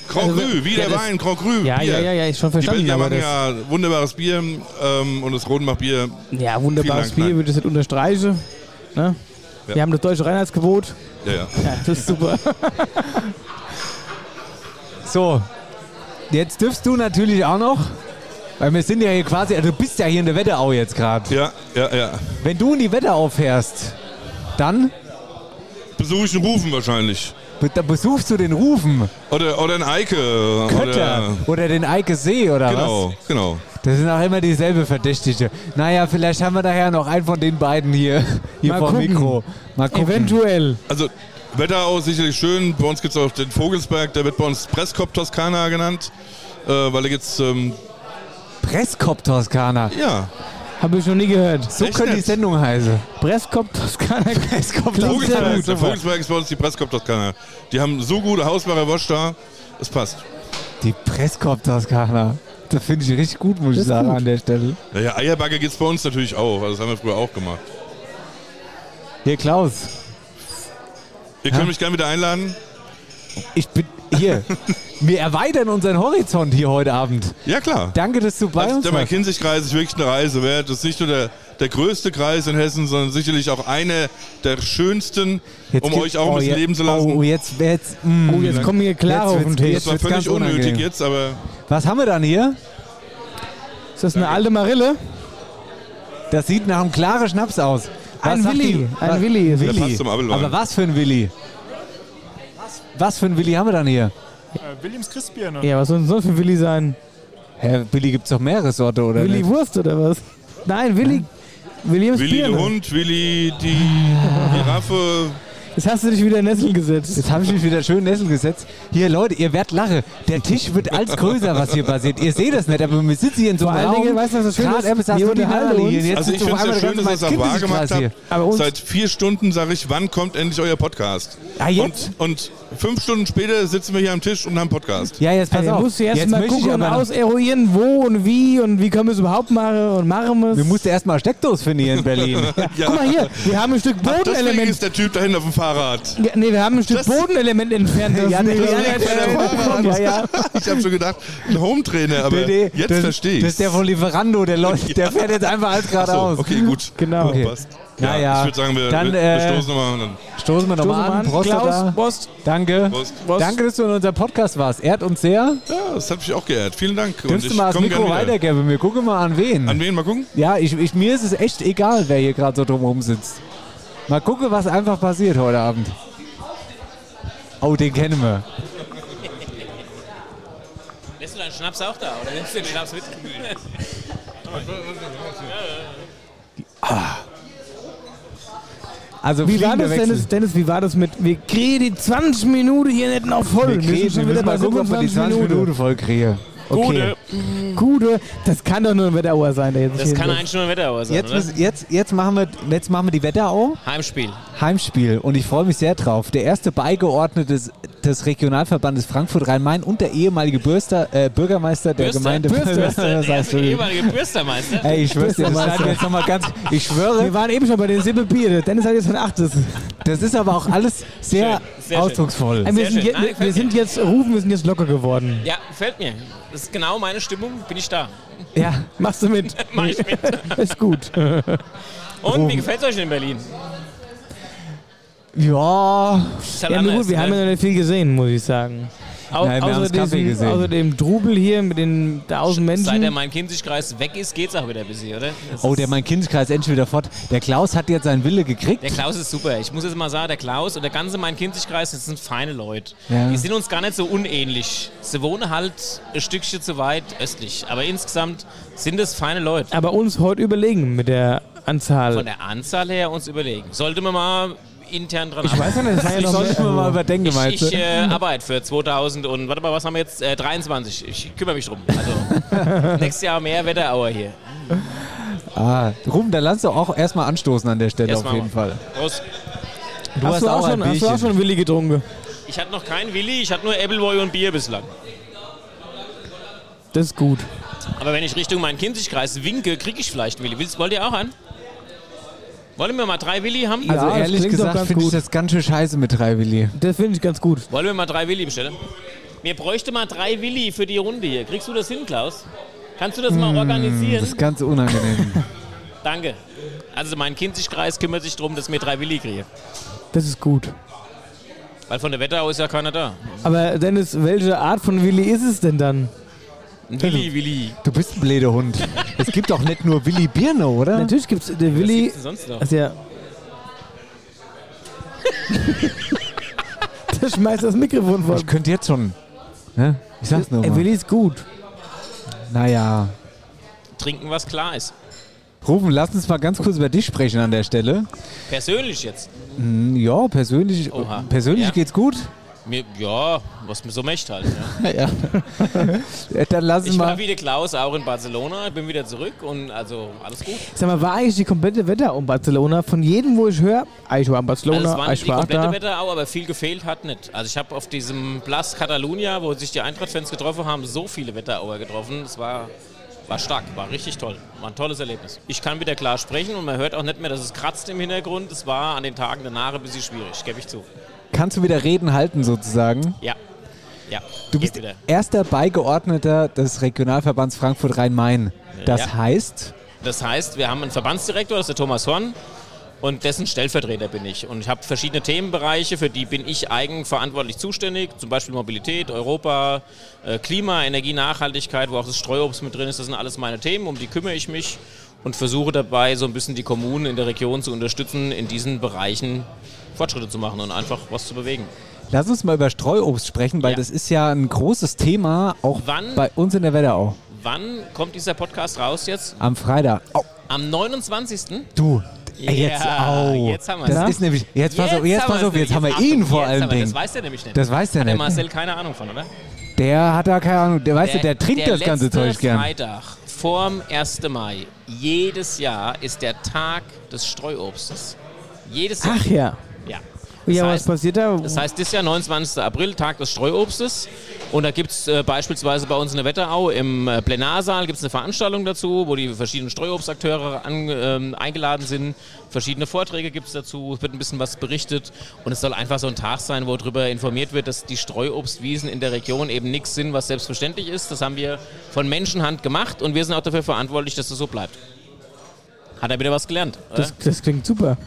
Grand Also, Cru, wie ja, der das- Wein, Grand Cru. Ja, Bier. ja, ja, ja, ich schon Die verstanden. Belgier aber machen das, ja wunderbares Bier ähm, und das Rodenbach-Bier ja, wunderbares Vielen Dank, Bier, nein. würde ich das unterstreichen. Ne? Ja. Wir haben das deutsche Reinheitsgebot. ja, ja. Ja, das ist super. so. Jetzt dürfst du natürlich auch noch. Weil wir sind ja hier quasi, also du bist ja hier in der Wetterau jetzt gerade. Ja, ja, ja. Wenn du in die Wetterau fährst, dann Besuche ich einen Rufen wahrscheinlich. be- da besuchst du den Rufen, Oder, oder ein Eike. äh, Kötter Oder, oder, den Eike See oder genau, genau. was. Das sind auch immer dieselbe Verdächtige. Naja, vielleicht haben wir nachher noch einen von den beiden hier, hier Mal vor dem gucken. Mikro. Mal gucken. Eventuell. Also Wetterau ist sicherlich schön. Bei uns gibt es auch den Vogelsberg, der wird bei uns Presskop Toskana genannt. Äh, weil da gibt's, ähm, Presskop Toskana. ja, Habe ich noch nie gehört. So Echt könnte die jetzt? Sendung heißen. Presskopf Toskana. Presskop Klingt sehr Vogelsberg, gut, der super. Vogelsberg ist bei uns die Presskop Toskana. Die haben so gute Hausmacher Wosch da, es passt. Die Presskop Toskana. Das finde ich richtig gut, muss ich sagen, an der Stelle. Naja, Eierbacke gibt's bei uns natürlich auch. Also das haben wir früher auch gemacht. Hier, Klaus. Ihr könnt mich gerne wieder einladen. Ich bin hier. Wir erweitern unseren Horizont hier heute Abend. Ja, klar. Danke, dass du bei Also, uns der warst. McKinsey-Kreis ist wirklich eine Reise wert. Das ist nicht nur der, der größte Kreis in Hessen, sondern sicherlich auch einer der schönsten, Jetzt um gibt- euch auch ein oh, bisschen je- leben zu lassen. Oh, jetzt, jetzt, mm. Oh, jetzt kommen hier klar Jetzt auf den wird's- Tisch. das jetzt- war wird's völlig ganz unnötig unangenehm. jetzt, aber Was haben wir dann hier? Ist das eine alte Marille? Das sieht nach einem klaren Schnaps aus. Was Ein sagt Willi, die- ein was- Willi ist es. Der passt zum Apfelwein. Aber was für ein Willi? Was für ein Willi haben wir dann hier? Äh, Williams Christbier, ne? Ja, was soll denn sonst für Willi sein? Hä, Willi gibt's doch mehrere Sorte, oder? Willi nicht? Wurst oder was? Nein, Willi. Williams Willi der Birne. Hund, Willi die Giraffe. Jetzt hast du dich wieder in Nessel gesetzt. Jetzt habe ich mich wieder schön in Nessel gesetzt. Hier, Leute, ihr werdet lachen. Der Tisch wird als größer, was hier passiert. Ihr seht das nicht, aber wir sitzen hier in so Vor einem allen Raum. Dingen, weißt du, was das Schöne Gerade ist? eben saßen Wir nur die unterhalten Halle hier. uns. und Jetzt Also ich sitzt auf finde es ja schön, einmal der dass ganze ihr es auch Mike wahr Kindersicht gemacht quasi hier. habt. Aber uns- Seit vier Stunden sage ich, wann kommt endlich euer Podcast? Ja, jetzt. Und, und fünf Stunden später sitzen wir hier am Tisch und haben Podcast. Ja, jetzt pass Also, auf. musst du erst mal möchte ich gucken und aber noch- auseruieren, wo und wie und wie können wir es überhaupt machen und machen wir Wir es. mussten erstmal Steckdose finden hier in Berlin. Ja. Guck mal hier, wir haben ein Stück Deswegen Bodenelement. ist der Typ dahin auf dem Fahrrad. Ja, Nee, wir haben ein Stück Das- Bodenelement entfernt. Das Ja, ist nee, nicht- ja, das nee, ist nee, nicht- nee, ja, ja. Ich habe schon gedacht, ein Home-Trainer, aber Nee, nee, jetzt das- verstehe ich. Das ist der von Lieferando, der, läuft, der fährt jetzt einfach alles so, geradeaus. okay, gut. Genau. Ja, Okay. passt. Ja, ja. Ich würde sagen, wir, Dann, wir, äh, wir stoßen nochmal und dann. Stoßen wir Stoßen wir nochmal mal an. Prost, Klaus, da. Prost. Danke. Prost. Danke, dass du in unserem Podcast warst. Ehrt uns sehr. Ja, das hat mich auch geehrt. Vielen Dank. Und Dürfst du ich mal das komm gern Mikro wieder. weitergeben? Wir gucken mal an wen. An wen? Mal gucken. ja, ich, ich, mir ist es echt egal, wer hier gerade so drumherum sitzt. Mal gucken, was einfach passiert heute Abend. Oh, den kennen wir. Lässt du deinen Schnaps auch da oder nimmst du den Schnaps mit? Also Wie war fliegender das, Dennis, Wechsel. Dennis? Wie war das mit, wir kriegen die 20 Minuten hier nicht noch voll. Wir, kriegen, wir müssen mal gucken, ob wir die 20 Minuten, voll kriegen. Gute. Gute, das kann doch nur ein Wetterauer sein. Der jetzt Das hier kann ist. eigentlich nur ein Wetterauer sein, Jetzt, oder? müssen, jetzt, jetzt, machen wir, jetzt machen wir die Wetterau. Heimspiel. Heimspiel und ich freue mich sehr drauf. Der erste Beigeordnete des, des Regionalverbandes Frankfurt-Rhein-Main und der ehemalige Bürster, äh, Bürgermeister der Bürster? Gemeinde Bürster? Das Der heißt, Entschuldigung. ehemalige Bürstermeister. Ey, ich schwöre dir, das Bürgermeister. schneiden wir jetzt nochmal ganz. Ich Wir schwöre, waren eben schon bei den Sippe Bier. Der Dennis hat jetzt ein Achtes. das ist aber auch alles sehr, Schön, sehr schön. ausdrucksvoll. Ey, Wir, Sehr sind, schön. jetzt, Nein, wir, wir gefällt sind jetzt, Rufen, wir sind jetzt locker geworden. Ja, gefällt mir. Das ist genau meine Stimmung, bin ich da. Ja, Machst du mit? Mach ich mit. Ist gut. Und wie gefällt es euch denn in Berlin? ja. Ist halt Ja, nur anders, gut, wir haben ja ne? noch nicht viel gesehen, muss ich sagen. Au- Nein, wir haben Außer, das Kaffee diesem, gesehen. außer dem Trubel hier mit den 1000 Seit der Menschen. mein Kinzigkreis weg ist, geht's auch wieder ein bisschen, oder? Das Oh, ist- der mein Kindkreis endlich wieder fort. Der Klaus hat jetzt seinen Wille gekriegt. Der Klaus ist super. Ich muss jetzt mal sagen, der Klaus und der ganze mein Kinzigkreis, das sind feine Leute. Ja. Die sind uns gar nicht so unähnlich. Sie wohnen halt ein Stückchen zu weit östlich. Aber insgesamt sind es feine Leute. Aber uns heute überlegen mit der Von Anzahl. der Anzahl her uns überlegen. Sollte man mal intern dran Ich weiß ja nicht, das war ja Das noch sollte ich mir mal überdenken, meinst Ich, ich du? äh, arbeite für 2000 und warte mal, was haben wir jetzt? Äh, 23. Ich kümmere mich drum. Also nächstes Jahr mehr Wetterauer hier. ah, Ruben, da lass doch auch erstmal anstoßen an der Stelle Erst auf mal. jeden Fall. Prost. Du Hast du, auch schon, hast du auch schon Willi getrunken? Ich hatte noch keinen Willi, ich hatte nur Appleboy und Bier bislang. Das ist gut. Aber wenn ich Richtung meinen Kinzigkreis winke, kriege ich vielleicht einen Willi. Willst, wollt ihr auch an? Wollen wir mal drei Willi haben? Also Ja, das ehrlich klingt doch gesagt ganz finde ich gut. das ganz schön scheiße mit drei Willi. Das finde ich ganz gut. Wollen wir mal drei Willi bestellen? Mir bräuchte mal drei Willi für die Runde hier. Kriegst du das hin, Klaus? Kannst du das Hm. mal organisieren? Das ist ganz unangenehm. Danke. Also mein Kinzigkreis kümmert sich darum, dass mir drei Willi kriege. Das ist gut. Weil von der Wetterau ist ja keiner da. Aber Dennis, welche Art von Willi ist es denn dann? Ein Willi, Willi. du bist ein bläder Hund. es gibt doch nicht nur Willi Birne, oder? Natürlich gibt es der Willi. Was gibt's denn sonst noch? Also ja. der schmeißt das Mikrofon vor. Ich könnte jetzt schon. Ne? Ich sag's nur Äh, Ey, mal. Willi ist gut. Naja. Trinken, was klar ist. Rufen, lass uns mal ganz kurz über dich sprechen an der Stelle. Persönlich jetzt. Hm, Ja, persönlich, äh, Oha. persönlich Ja? geht's gut. Mir, ja, was mir so möchte halt. Ja. Äh, Dann lass uns Ich war mal. wie der Klaus auch in Barcelona, bin wieder zurück und also alles gut. Sag mal, war eigentlich die komplette Wetter um Barcelona? Von jedem, wo ich höre, ah, ich war in Also es Barcelona, war ah, nicht ich die war da. komplette Wetterau, aber viel gefehlt hat nicht. Also ich habe auf diesem Place Catalunya, wo sich die Eintracht-Fans getroffen haben, so viele Wetterauer getroffen. Es war, war stark, war richtig toll. War ein tolles Erlebnis. Ich kann wieder klar sprechen und man hört auch nicht mehr, dass es kratzt im Hintergrund. Es war an den Tagen danach ein bisschen schwierig, gebe ich zu. Kannst du wieder reden halten sozusagen? Ja. Ja. Du Geht bist wieder. erster Beigeordneter des Regionalverbands Frankfurt-Rhein-Main. Das Ja. heißt, Das heißt, wir haben einen Verbandsdirektor, das ist der Thomas Horn. Und dessen Stellvertreter bin ich. Und ich habe verschiedene Themenbereiche, für die bin ich eigenverantwortlich zuständig. Zum Beispiel Mobilität, Europa, äh, Klima, Energie, Nachhaltigkeit, wo auch das Streuobst mit drin ist. Das sind alles meine Themen, um die kümmere ich mich. und versuche dabei so ein bisschen die Kommunen in der Region zu unterstützen, in diesen Bereichen Fortschritte zu machen und einfach was zu bewegen. Lass uns mal über Streuobst sprechen, weil das ist ja ein großes Thema, auch Wann- bei uns in der Wetterau. Wann kommt dieser Podcast raus jetzt? Am Freitag. Au, Am 29. du, ey, jetzt, Ja, au. jetzt haben wir's. das ist nämlich, jetzt pass auf, jetzt haben pass auf, wir's jetzt haben wir Achtung, ihn vor jetzt allen haben wir- Dingen. Das weiß der nämlich nicht. Das weiß der Hat der nicht. Marcel keine Ahnung von, oder? Der hat da keine Ahnung, der, weißt du, der trinkt das letzte ganze Zeug gern. Freitag vorm 1. Mai jedes Jahr ist der Tag des Streuobstes. Jedes Jahr. Ach ja. Ja. ja, Das was passiert da? Das heißt, das Jahr 29. April, Tag des Streuobstes. Und da gibt es äh, beispielsweise bei uns in der Wetterau im äh, Plenarsaal gibt's eine Veranstaltung dazu, wo die verschiedenen Streuobstakteure an, ähm, eingeladen sind. Verschiedene Vorträge gibt es dazu, es wird ein bisschen was berichtet. Und es soll einfach so ein Tag sein, wo darüber informiert wird, dass die Streuobstwiesen in der Region eben nichts sind, was selbstverständlich ist. Das haben wir von Menschenhand gemacht und wir sind auch dafür verantwortlich, dass das so bleibt. Hat er wieder was gelernt? oder? das, das klingt super.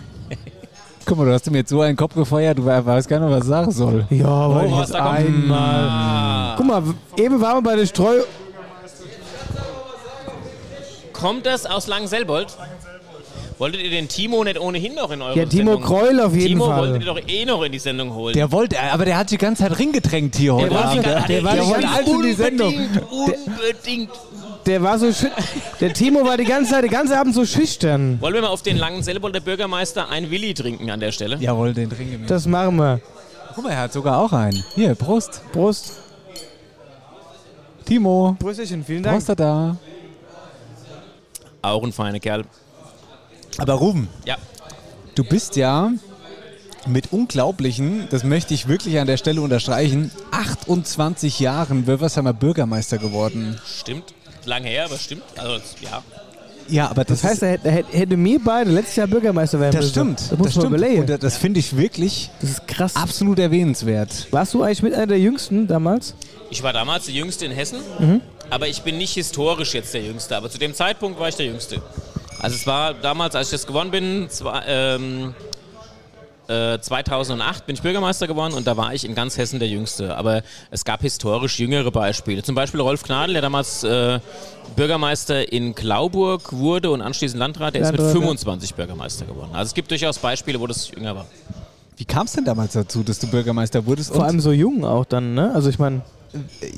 Guck mal, du hast ihm jetzt so einen Kopf gefeuert, du weißt gar nicht, was er sagen soll. Ja, weil ich was jetzt da kommt? einmal. Guck mal, eben waren wir bei der Streu. Kommt das aus Langenselbold? Wolltet ihr den Timo nicht ohnehin noch in eure Ja, Timo Sendung? Kreul auf jeden Timo Fall. wolltet ihr doch eh noch in die Sendung holen. Der wollte, aber der hat die ganze Zeit ringedrängt hier heute war Abend. nicht- der war nicht wollte ganz alles in also die Sendung. Unbedingt. Der war so schü- Der Timo war die ganze Zeit, den ganzen Abend so schüchtern. Wollen wir mal auf den Langenselbolder Bürgermeister ein Willi trinken an der Stelle? Jawohl, den trinken wir. Das machen wir. Guck mal, er hat sogar auch einen. Hier, Prost. Prost. Timo. Brüsselchen, vielen Dank. Prost da. Auch ein feiner Kerl. Aber Ruben, Ja. du bist ja mit unglaublichen, das möchte ich wirklich an der Stelle unterstreichen, 28 Jahren Wölversheimer Bürgermeister geworden. Stimmt. Lang her, aber stimmt. Also, ja. Ja, aber Das heißt, er hätte, er hätte- hätte mir beide letztes Jahr Bürgermeister werden das müssen. stimmt. Das muss man stimmt. überlegen. Und das- das finde ich wirklich Das ist krass. absolut erwähnenswert. Warst du eigentlich mit einer der Jüngsten damals? Ich war damals der Jüngste in Hessen, aber ich bin nicht historisch jetzt der Jüngste. Aber zu dem Zeitpunkt war ich der Jüngste. Also es war damals, als ich das gewonnen bin, zwei, ähm, äh, 2008 bin ich Bürgermeister geworden und da war ich in ganz Hessen der Jüngste. Aber es gab historisch jüngere Beispiele. Zum Beispiel Rolf Gnadl, der damals äh, Bürgermeister in Klauburg wurde und anschließend Landrat, Ah, der ist Landrat, mit ja. 25 Bürgermeister geworden. Also es gibt durchaus Beispiele, wo das jünger war. Wie kam es denn damals dazu, dass du Bürgermeister wurdest? Vor Und- allem so jung auch dann, ne? Also ich meine,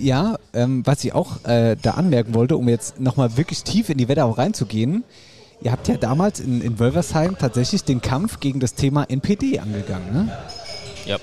Ja, ähm, was ich auch äh, da anmerken wollte, um jetzt nochmal wirklich tief in die Wetterau reinzugehen. Ihr habt ja damals in, in Wölversheim tatsächlich den Kampf gegen das Thema NPD angegangen. Ne? Ja.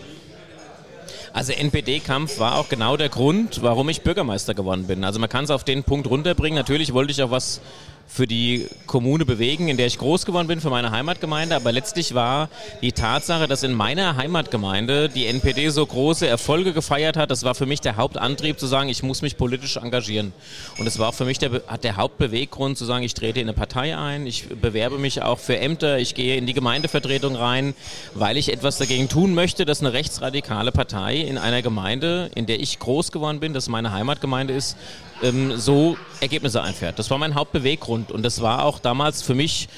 Also NPD-Kampf war auch genau der Grund, warum ich Bürgermeister geworden bin. Also man kann es auf den Punkt runterbringen. Natürlich wollte ich auch was für die Kommune bewegen, in der ich groß geworden bin, für meine Heimatgemeinde. Aber letztlich war die Tatsache, dass in meiner Heimatgemeinde die NPD so große Erfolge gefeiert hat, das war für mich der Hauptantrieb zu sagen, ich muss mich politisch engagieren. Und es war auch für mich der, Be- hat der Hauptbeweggrund zu sagen, ich trete in eine Partei ein, ich bewerbe mich auch für Ämter, ich gehe in die Gemeindevertretung rein, weil ich etwas dagegen tun möchte, dass eine rechtsradikale Partei in einer Gemeinde, in der ich groß geworden bin, das meine Heimatgemeinde ist, ähm, so Ergebnisse einfährt. Das war mein Hauptbeweggrund und das war auch damals für mich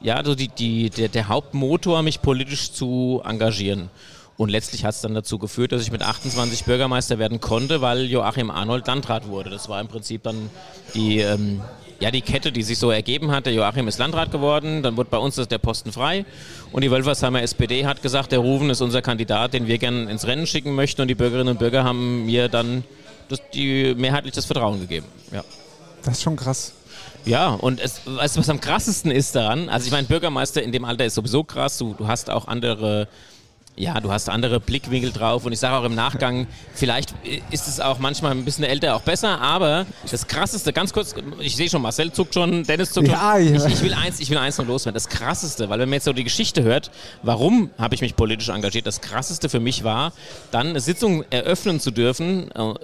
ja, so die, die, der, der Hauptmotor, mich politisch zu engagieren. Und letztlich hat es dann dazu geführt, dass ich mit 28 Bürgermeister werden konnte, weil Joachim Arnold Landrat wurde. Das war im Prinzip dann die, ähm, ja, die Kette, die sich so ergeben hat. Der Joachim ist Landrat geworden, dann wurde bei uns das- der Posten frei. Und die Wölfersheimer SPD hat gesagt, der Rufen ist unser Kandidat, den wir gerne ins Rennen schicken möchten. Und die Bürgerinnen und Bürger haben mir dann das, die, mehrheitlich das Vertrauen gegeben. Ja. Das ist schon krass. Ja, und es, weißt du, was am krassesten ist daran? Also ich meine, Bürgermeister in dem Alter ist sowieso krass. Du, du hast auch andere, ja, du hast andere Blickwinkel drauf. Und ich sage auch im Nachgang, vielleicht ist es auch manchmal ein bisschen älter auch besser. Aber das Krasseste, ganz kurz, ich sehe schon, Marcel zuckt schon, Dennis zuckt Ja, schon. ja. Ich, ich will eins, ich will eins noch loswerden. Das Krasseste, weil wenn man jetzt so die Geschichte hört, warum habe ich mich politisch engagiert, das Krasseste für mich war, dann eine Sitzung eröffnen zu dürfen, äh,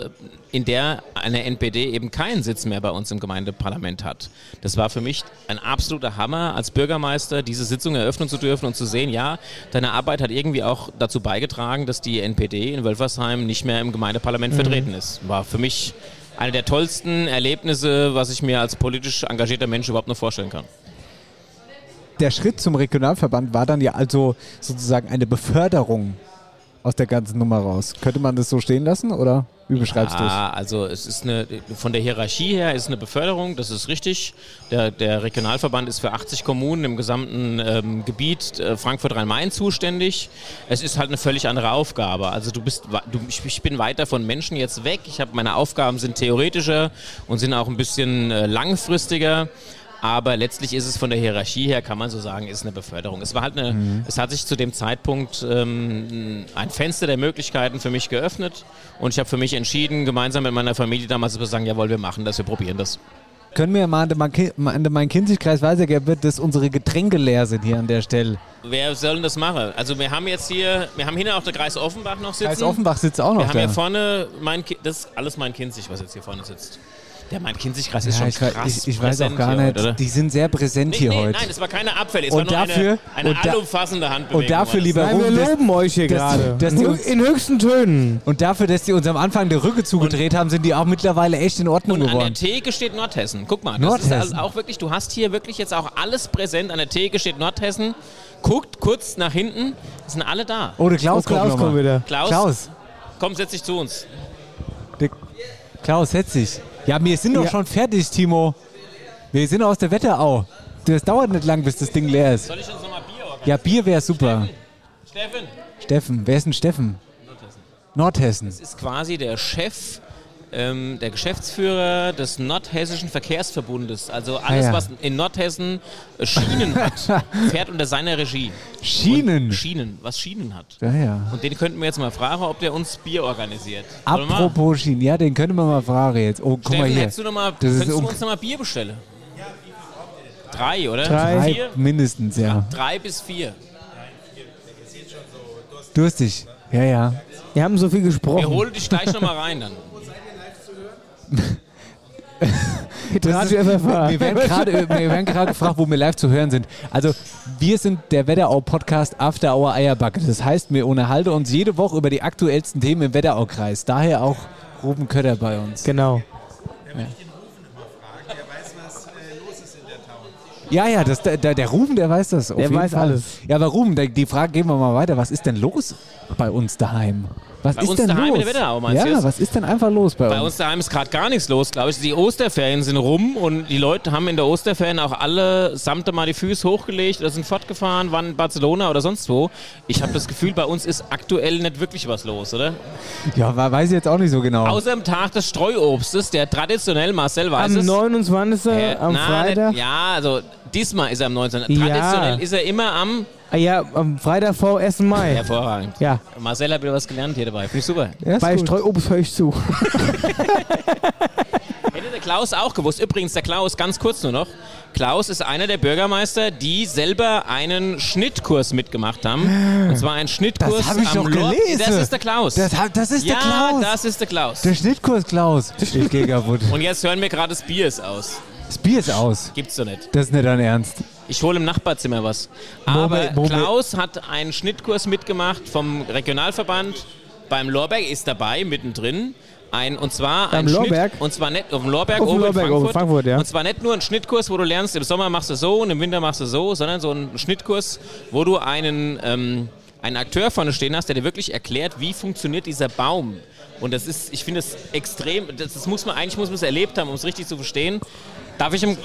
in der eine NPD eben keinen Sitz mehr bei uns im Gemeindeparlament hat. Das war für mich ein absoluter Hammer, als Bürgermeister diese Sitzung eröffnen zu dürfen und zu sehen, ja, deine Arbeit hat irgendwie auch dazu beigetragen, dass die NPD in Wölfersheim nicht mehr im Gemeindeparlament vertreten ist. War für mich eine der tollsten Erlebnisse, was ich mir als politisch engagierter Mensch überhaupt nur vorstellen kann. Der Schritt zum Regionalverband war dann ja also sozusagen eine Beförderung aus der ganzen Nummer raus. Könnte man das so stehen lassen oder wie beschreibst du es? Ah, also es ist eine, von der Hierarchie her ist eine Beförderung, das ist richtig. Der, der Regionalverband ist für 80 Kommunen im gesamten ähm, Gebiet äh, Frankfurt-Rhein-Main zuständig. Es ist halt eine völlig andere Aufgabe. Also du bist, wa- du, ich, ich bin weiter von Menschen jetzt weg. Ich habe meine Aufgaben sind theoretischer und sind auch ein bisschen äh, langfristiger. Aber letztlich ist es von der Hierarchie her, kann man so sagen, ist eine Beförderung. Es war halt eine, Mhm. es hat sich zu dem Zeitpunkt ähm, ein Fenster der Möglichkeiten für mich geöffnet und ich habe für mich entschieden, gemeinsam mit meiner Familie damals zu sagen, jawohl, wir machen das, wir probieren das. Können wir mal an den Main- an den Main-Kinzig-Kreis weitergeben, wird, dass unsere Getränke leer sind hier an der Stelle. Wer soll denn das machen? Also wir haben jetzt hier, wir haben hinten auch der Kreis Offenbach noch sitzen. Kreis Offenbach sitzt auch noch Wir haben da. hier vorne, mein Ki das ist alles mein Kinzig, was jetzt hier vorne sitzt. Der mein Kinzig-Kreis ist Ja, schon ich, weiß- krass ich, ich weiß auch präsent gar hier nicht. heute, oder? Die sind sehr präsent Nee, hier nee, heute. Nein, es war keine Abfälle, es Und war nur dafür- eine, eine und da- allumfassende Handbewegung. Und dafür, war das. lieber Nein, wir Ruben, dass- loben euch hier dass- gerade. dass die uns- In höchsten Tönen. Und dafür, dass die uns am Anfang der Rücke zugedreht haben, sind die auch mittlerweile echt in Ordnung Und an der geworden. Theke steht Nordhessen. Guck mal, das Nordhessen. ist also auch wirklich, du hast hier wirklich jetzt auch alles präsent. An der Theke steht Nordhessen. Guckt kurz nach hinten, es sind alle da. Oder Klaus, Oh, Klaus kommt noch kommt mal. wieder. Klaus, Klaus, komm, setz dich zu uns. Klaus, setz dich. Ja, wir sind doch Ja. schon fertig, Timo. Wir sind aus der Wetterau. Das dauert nicht lang, bis das Ding leer ist. Soll ich uns nochmal Bier organisieren? Ja, Bier wäre super. Steffen, Steffen, wer ist denn Steffen? Nordhessen. ist quasi der Chef, ähm, der Geschäftsführer des Nordhessischen Verkehrsverbundes. Also alles, Ah ja. was in Nordhessen äh, Schienen hat, fährt unter seiner Regie. Schienen. Schienen, was Schienen hat. Ja, ja. Und den könnten wir jetzt mal fragen, ob der uns Bier organisiert. Sollen wir mal? Apropos Schienen. Ja, den können wir mal fragen jetzt. Oh, guck mal Steffen, hier. hättest du noch mal, Das ist um- könntest du un- uns nochmal Bier bestellen? Drei, oder? Drei. Vier? mindestens, ja. Drei bis vier. Durstig. Ja, ja. Wir haben so viel Wir gesprochen. holen dich gleich nochmal rein dann. Das Radio ist- FFH. Wir werden gerade- wir werden gerade gefragt, wo wir live zu hören sind. Also, wir sind der Wetterau-Podcast After Hour Eierbacke. Das heißt, wir unterhalten uns jede Woche über die aktuellsten Themen im Wetterau-Kreis. Daher auch Ruben Kötter bei uns. Genau. Ja, ja, das, der, der der Ruben, der weiß das. Auf Der jeden weiß Fall. alles. Ja, aber Ruben, der, die Frage geben wir mal weiter. Was ist denn los bei uns daheim? Was Bei ist uns denn daheim in los? der Wetterau, meinst ja, du jetzt? was ist denn einfach los bei, Bei uns? uns daheim ist gerade gar nichts los, glaube ich. Die Osterferien sind rum und die Leute haben in der Osterferien auch alle samt mal die Füße hochgelegt oder sind fortgefahren, waren in Barcelona oder sonst wo. Ich habe das Gefühl, bei uns ist aktuell nicht wirklich was los, oder? Ja, wa- weiß ich jetzt auch nicht so genau. Außer am Tag des Streuobstes, der traditionell, Marcel weiß Am es. 29. Äh, am na, Freitag. nicht- Ja, also diesmal ist er am 19. Ja. Traditionell ist er immer am. Ah ja, am Freitag vor 1. Mai. Hervorragend. Ja, Marcel hat wieder was gelernt hier dabei. Finde ich super. Ja, ist bei gut. Streuobst höre ich zu. Hätte der Klaus auch gewusst. Übrigens, der Klaus, ganz kurz nur noch. Klaus ist einer der Bürgermeister, die selber einen Schnittkurs mitgemacht haben. Und zwar einen Schnittkurs Das habe ich am doch Lorb- gelesen. Das ist der Klaus. das, hat- das ist ja, der Klaus. das ist der Klaus. der Schnittkurs Klaus. Ich gehe kaputt. Und jetzt hören wir gerade das Bier ist aus. Das Bier ist aus. Gibt's doch nicht. Das ist nicht dein Ernst. Ich hole im Nachbarzimmer was. Aber Moment, Moment. Klaus hat einen Schnittkurs mitgemacht vom Regionalverband. Beim Lorberg ist dabei, mittendrin. Ein, und zwar Beim ein Lorberg? Schnitt, und zwar nicht auf dem Lorberg, Auf dem oben, in Lorberg, Frankfurt. oben in Frankfurt, ja. Und zwar nicht nur ein Schnittkurs, wo du lernst, im Sommer machst du so und im Winter machst du so, sondern so ein Schnittkurs, wo du einen, ähm, einen Akteur vorne stehen hast, der dir wirklich erklärt, wie funktioniert dieser Baum. Und das ist, ich finde es extrem, das, das muss man eigentlich muss man es erlebt haben, um es richtig zu verstehen. Darf ich im,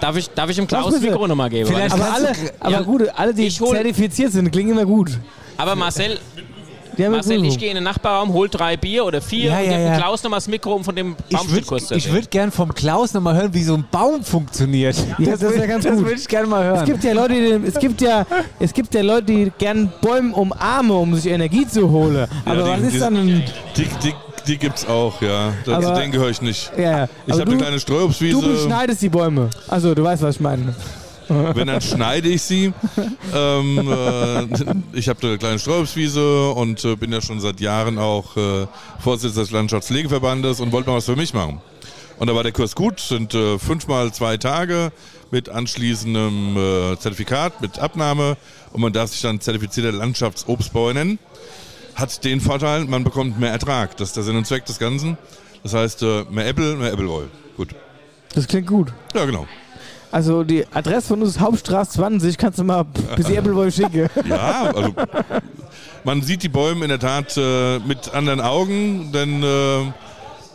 darf ich, darf ich im Klaus bitte? Mikro nochmal geben? Vielleicht- Aber kannst du- alle, aber Ja. gut, alle, die Ich hol- zertifiziert sind, klingen immer gut. Aber Marcel, Die haben eine Marcel, ich Prüfung. gehe in den Nachbarraum, hol drei Bier oder vier Ja, und ja, gib dem ja. Klaus nochmal das Mikro, um von dem Ich Baumstückkurs zu würde erzählen. würd gern vom Klaus nochmal hören, wie so ein Baum funktioniert. das wär würd- ganz das gut. würde ich gerne mal Es hören. gibt ja Leute, die, es gibt ja, es gibt ja Leute, die gern Bäume umarmen, um sich Energie zu holen. Aber die- was die- ist dann ein, Die, die, die gibt's auch, ja. Dazu Aber- den gehöre ich nicht. ja, ja. Ich Aber habe eine du, kleine Streuobstwiese. du beschneidest die Bäume. Also, du weißt, was ich meine. Wenn, dann schneide ich sie. ähm, äh, ich habe eine kleine Streuobstwiese und äh, bin ja schon seit Jahren auch äh, Vorsitzender des Landschaftspflegeverbandes und wollte mal was für mich machen. Und da war der Kurs gut, sind äh, fünfmal zwei Tage mit anschließendem äh, Zertifikat, mit Abnahme und man darf sich dann zertifizierter Landschaftsobstbauer nennen. Hat den Vorteil, man bekommt mehr Ertrag. Das ist der Sinn und Zweck des Ganzen. Das heißt, äh, mehr Äpfel, mehr Äppelwoi. Gut. Das klingt gut. Ja, genau. Also die Adresse von uns ist Hauptstraße 20, kannst du mal bis die Appleboy schicken. Ja, also man sieht die Bäume in der Tat äh, mit anderen Augen, denn äh,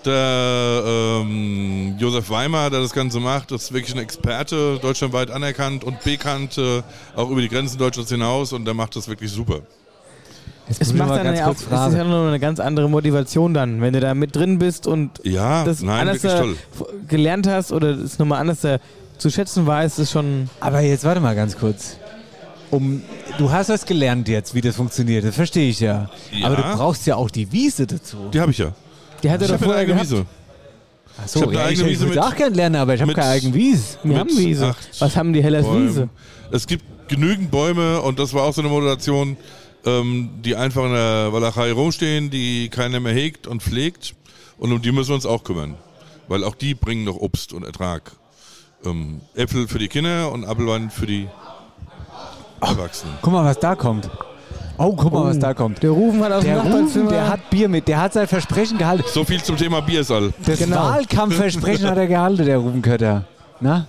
der ähm, Josef Weimer, der das Ganze macht, ist wirklich ein Experte, deutschlandweit anerkannt und bekannt, äh, auch über die Grenzen Deutschlands hinaus und der macht das wirklich super. Es macht dann ja auch, es ist ja nur eine ganz andere Motivation dann, wenn du da mit drin bist und Ja, das nein, anders wirklich äh, toll. f- gelernt hast oder es nochmal anders äh, zu schätzen weißt, ist schon. Aber jetzt warte mal ganz kurz. Um, du hast das gelernt jetzt, wie das funktioniert. Das verstehe ich ja. Ja. Aber du brauchst ja auch die Wiese dazu. Die habe ich ja. Die hat er ich doch habe eine vorher eigene gehabt. Wiese. Ach Ich so, hab eine ja, ich, eigene ich Wiese würde mit- auch gern lernen, aber ich habe mit- keine eigene Wiese. Wir haben mit Wiese. acht Was haben die Hellers Bäumen. Wiese? Es gibt genügend Bäume und das war auch so eine Moderation, ähm, die einfach in der Walachei rumstehen, die keiner mehr hegt und pflegt. Und um die müssen wir uns auch kümmern, weil auch die bringen noch Obst und Ertrag. Ähm, Äpfel für die Kinder und Apfelwein für die Erwachsenen. Guck mal, was da kommt. Oh, guck mal, was da kommt. Der Rufen hat aus Der dem Rufen, Nachbarzimmer. der hat Bier mit, der hat sein Versprechen gehalten. So viel zum Thema Biersal. Das Genau. Wahlkampfversprechen hat er gehalten, der Ruben Kötter. Na?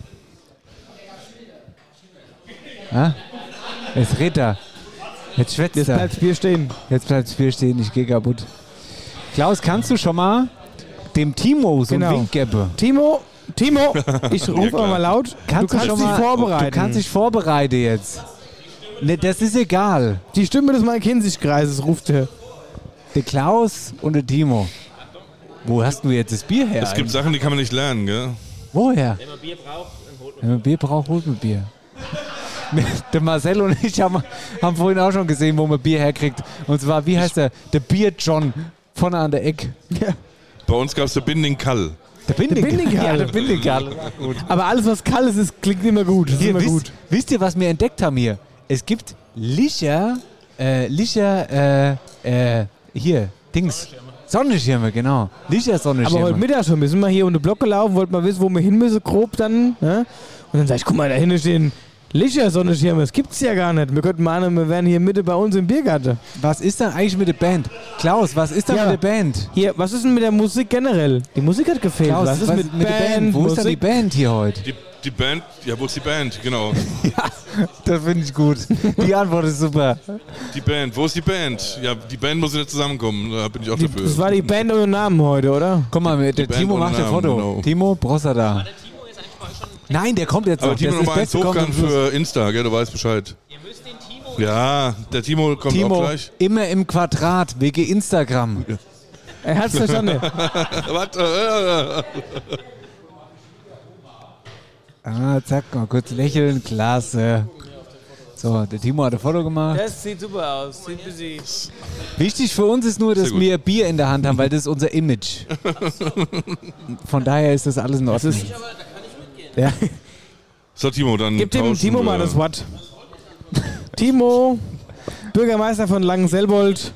Na? Jetzt redet er. Jetzt schwätzt Jetzt er. bleibt Bier stehen. Jetzt bleibt's Bier stehen, ich gehe kaputt. Klaus, kannst du schon mal dem Timo so Genau. einen Wink geben? Timo, Timo, ich rufe klar. mal laut. Kannst du kannst schon dich mal- vorbereiten. Du kannst dich vorbereiten jetzt. Ne, das ist egal. Die Stimme des Main-Kinzig-Kreises ruft er. Der Klaus und der Timo. Wo hast du jetzt das Bier her? Es gibt eigentlich? Sachen, die kann man nicht lernen, gell? Woher? Wenn man Bier braucht, dann holt man. Wenn man Bier braucht, holt man Bier. der Marcel und ich haben, haben vorhin auch schon gesehen, wo man Bier herkriegt. Und zwar, wie heißt der? Der Bier John. Vorne an der Eck. Bei uns gab es der Binding Kall. Der Bindegal. Bindegal. Ja, der Bindegal. Gut. Aber alles, was kalt ist, ist klingt immer gut. Das ist Hier, immer wisst, gut. wisst ihr, was wir entdeckt haben hier? Es gibt Licher, äh, Licher, äh, äh, hier, Dings. Sonnenschirme, genau. Licher Aber Sonnenschirme. heute Mittag schon, wir sind mal hier um unter den Block gelaufen, wollten mal wissen, wo wir hin müssen, grob dann. Ne? Und dann sag ich, guck mal, da hinten stehen Licher Sonnenschirme, das gibt's ja gar nicht. Wir könnten mal annehmen, wir wären hier Mitte bei uns im Biergarten. was ist denn eigentlich mit der Band? Klaus, was ist denn Ja. mit der Band? Hier, was ist denn mit der Musik generell? Die Musik hat gefehlt. Klaus, was ist mit, Band? Wo ist denn die Musik? Band hier heute? Die, die Band, ja, wo ist die Band? Genau. Das finde ich gut. Die Antwort ist super. Die Band, wo ist die Band? Ja, die Band muss jetzt zusammenkommen, da bin ich auch dafür. Das war die Band ohne Namen heute, oder? Guck mal, der Band Timo ohne macht ein Namen, Foto. genau. Timo Brosser da. Nein, der kommt jetzt Aber noch. Timo das ist nochmal eins Beste kommt hochkant am Schluss. für Insta, gell? Du weißt Bescheid. Ihr müsst den Timo. Ja, der Timo kommt auch Timo, gleich. immer im Quadrat, wegen Instagram. Er hat's verstanden. Warte, äh, äh, Ah, zack, mal kurz lächeln, klasse. So, der Timo hat ein Foto gemacht. das sieht super aus. Sieht ein bisschen Wichtig für uns ist nur, dass Sehr gut. wir Bier in der Hand haben, weil das ist unser Image. Von daher ist das alles in Ordnung. Ja. So, Timo, dann. Gib dem tauschen Timo wir. mal das Wort. Timo, Bürgermeister von Langenselbold.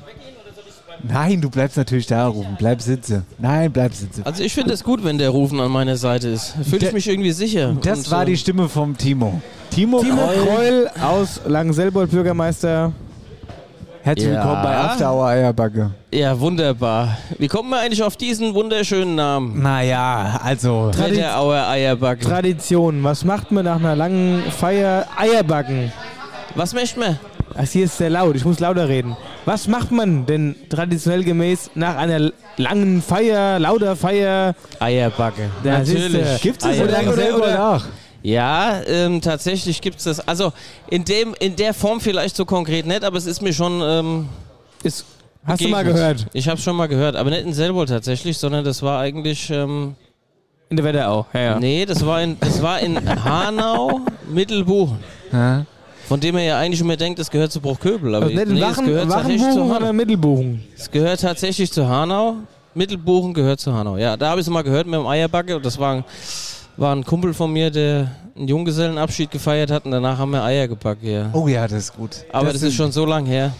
Nein, du bleibst natürlich da rufen. Bleib sitze. Nein, bleib sitze. Also ich finde es gut, wenn der Rufen an meiner Seite ist. Fühle Der- ich mich irgendwie sicher. Das Und, war äh, die Stimme vom Timo. Timo, Timo Kreul, Kreul aus Langenselbold, Bürgermeister. herzlich Ja. willkommen bei After Hour Eierbacke. Ja, wunderbar. Wie kommen wir eigentlich auf diesen wunderschönen Namen? Naja, also. Tradi- Wetterauer Eierbacken. Tradition. Was macht man nach einer langen Feier? Eierbacken. Was möchten wir? Das hier ist sehr laut, ich muss lauter reden. Was macht man denn traditionell gemäß nach einer l- langen Feier, lauter Feier? Eierbacke. Ja, siehste. Natürlich. Gibt es so Eierbacke. lange oder- selber oder- nach? Ja, ähm, tatsächlich gibt es das. Also in, dem, in der Form vielleicht so konkret nicht, aber es ist mir schon. Ähm, Ist, hast du begegnet. mal gehört? Ich habe schon mal gehört, aber nicht in Selbold tatsächlich, sondern das war eigentlich. Ähm, In der Wetterau. Ja, ja. Nee, das war in, das war in Hanau, Mittelbuchen. Ja. Von dem er ja eigentlich immer denkt, es gehört zu Bruchköbel. Aber Also nicht in nee, es, Wachen, gehört tatsächlich zu Wachenbuchen, Hanau. sondern Mittelbuchen. es gehört tatsächlich zu Hanau. Mittelbuchen gehört zu Hanau. Ja, da habe ich es mal gehört mit dem Eierbacke. Und das war ein, war ein Kumpel von mir, der einen Junggesellenabschied gefeiert hat. Und danach haben wir Eier gebackt. Ja. Oh ja, das ist gut. Aber das, ist schon so lang her.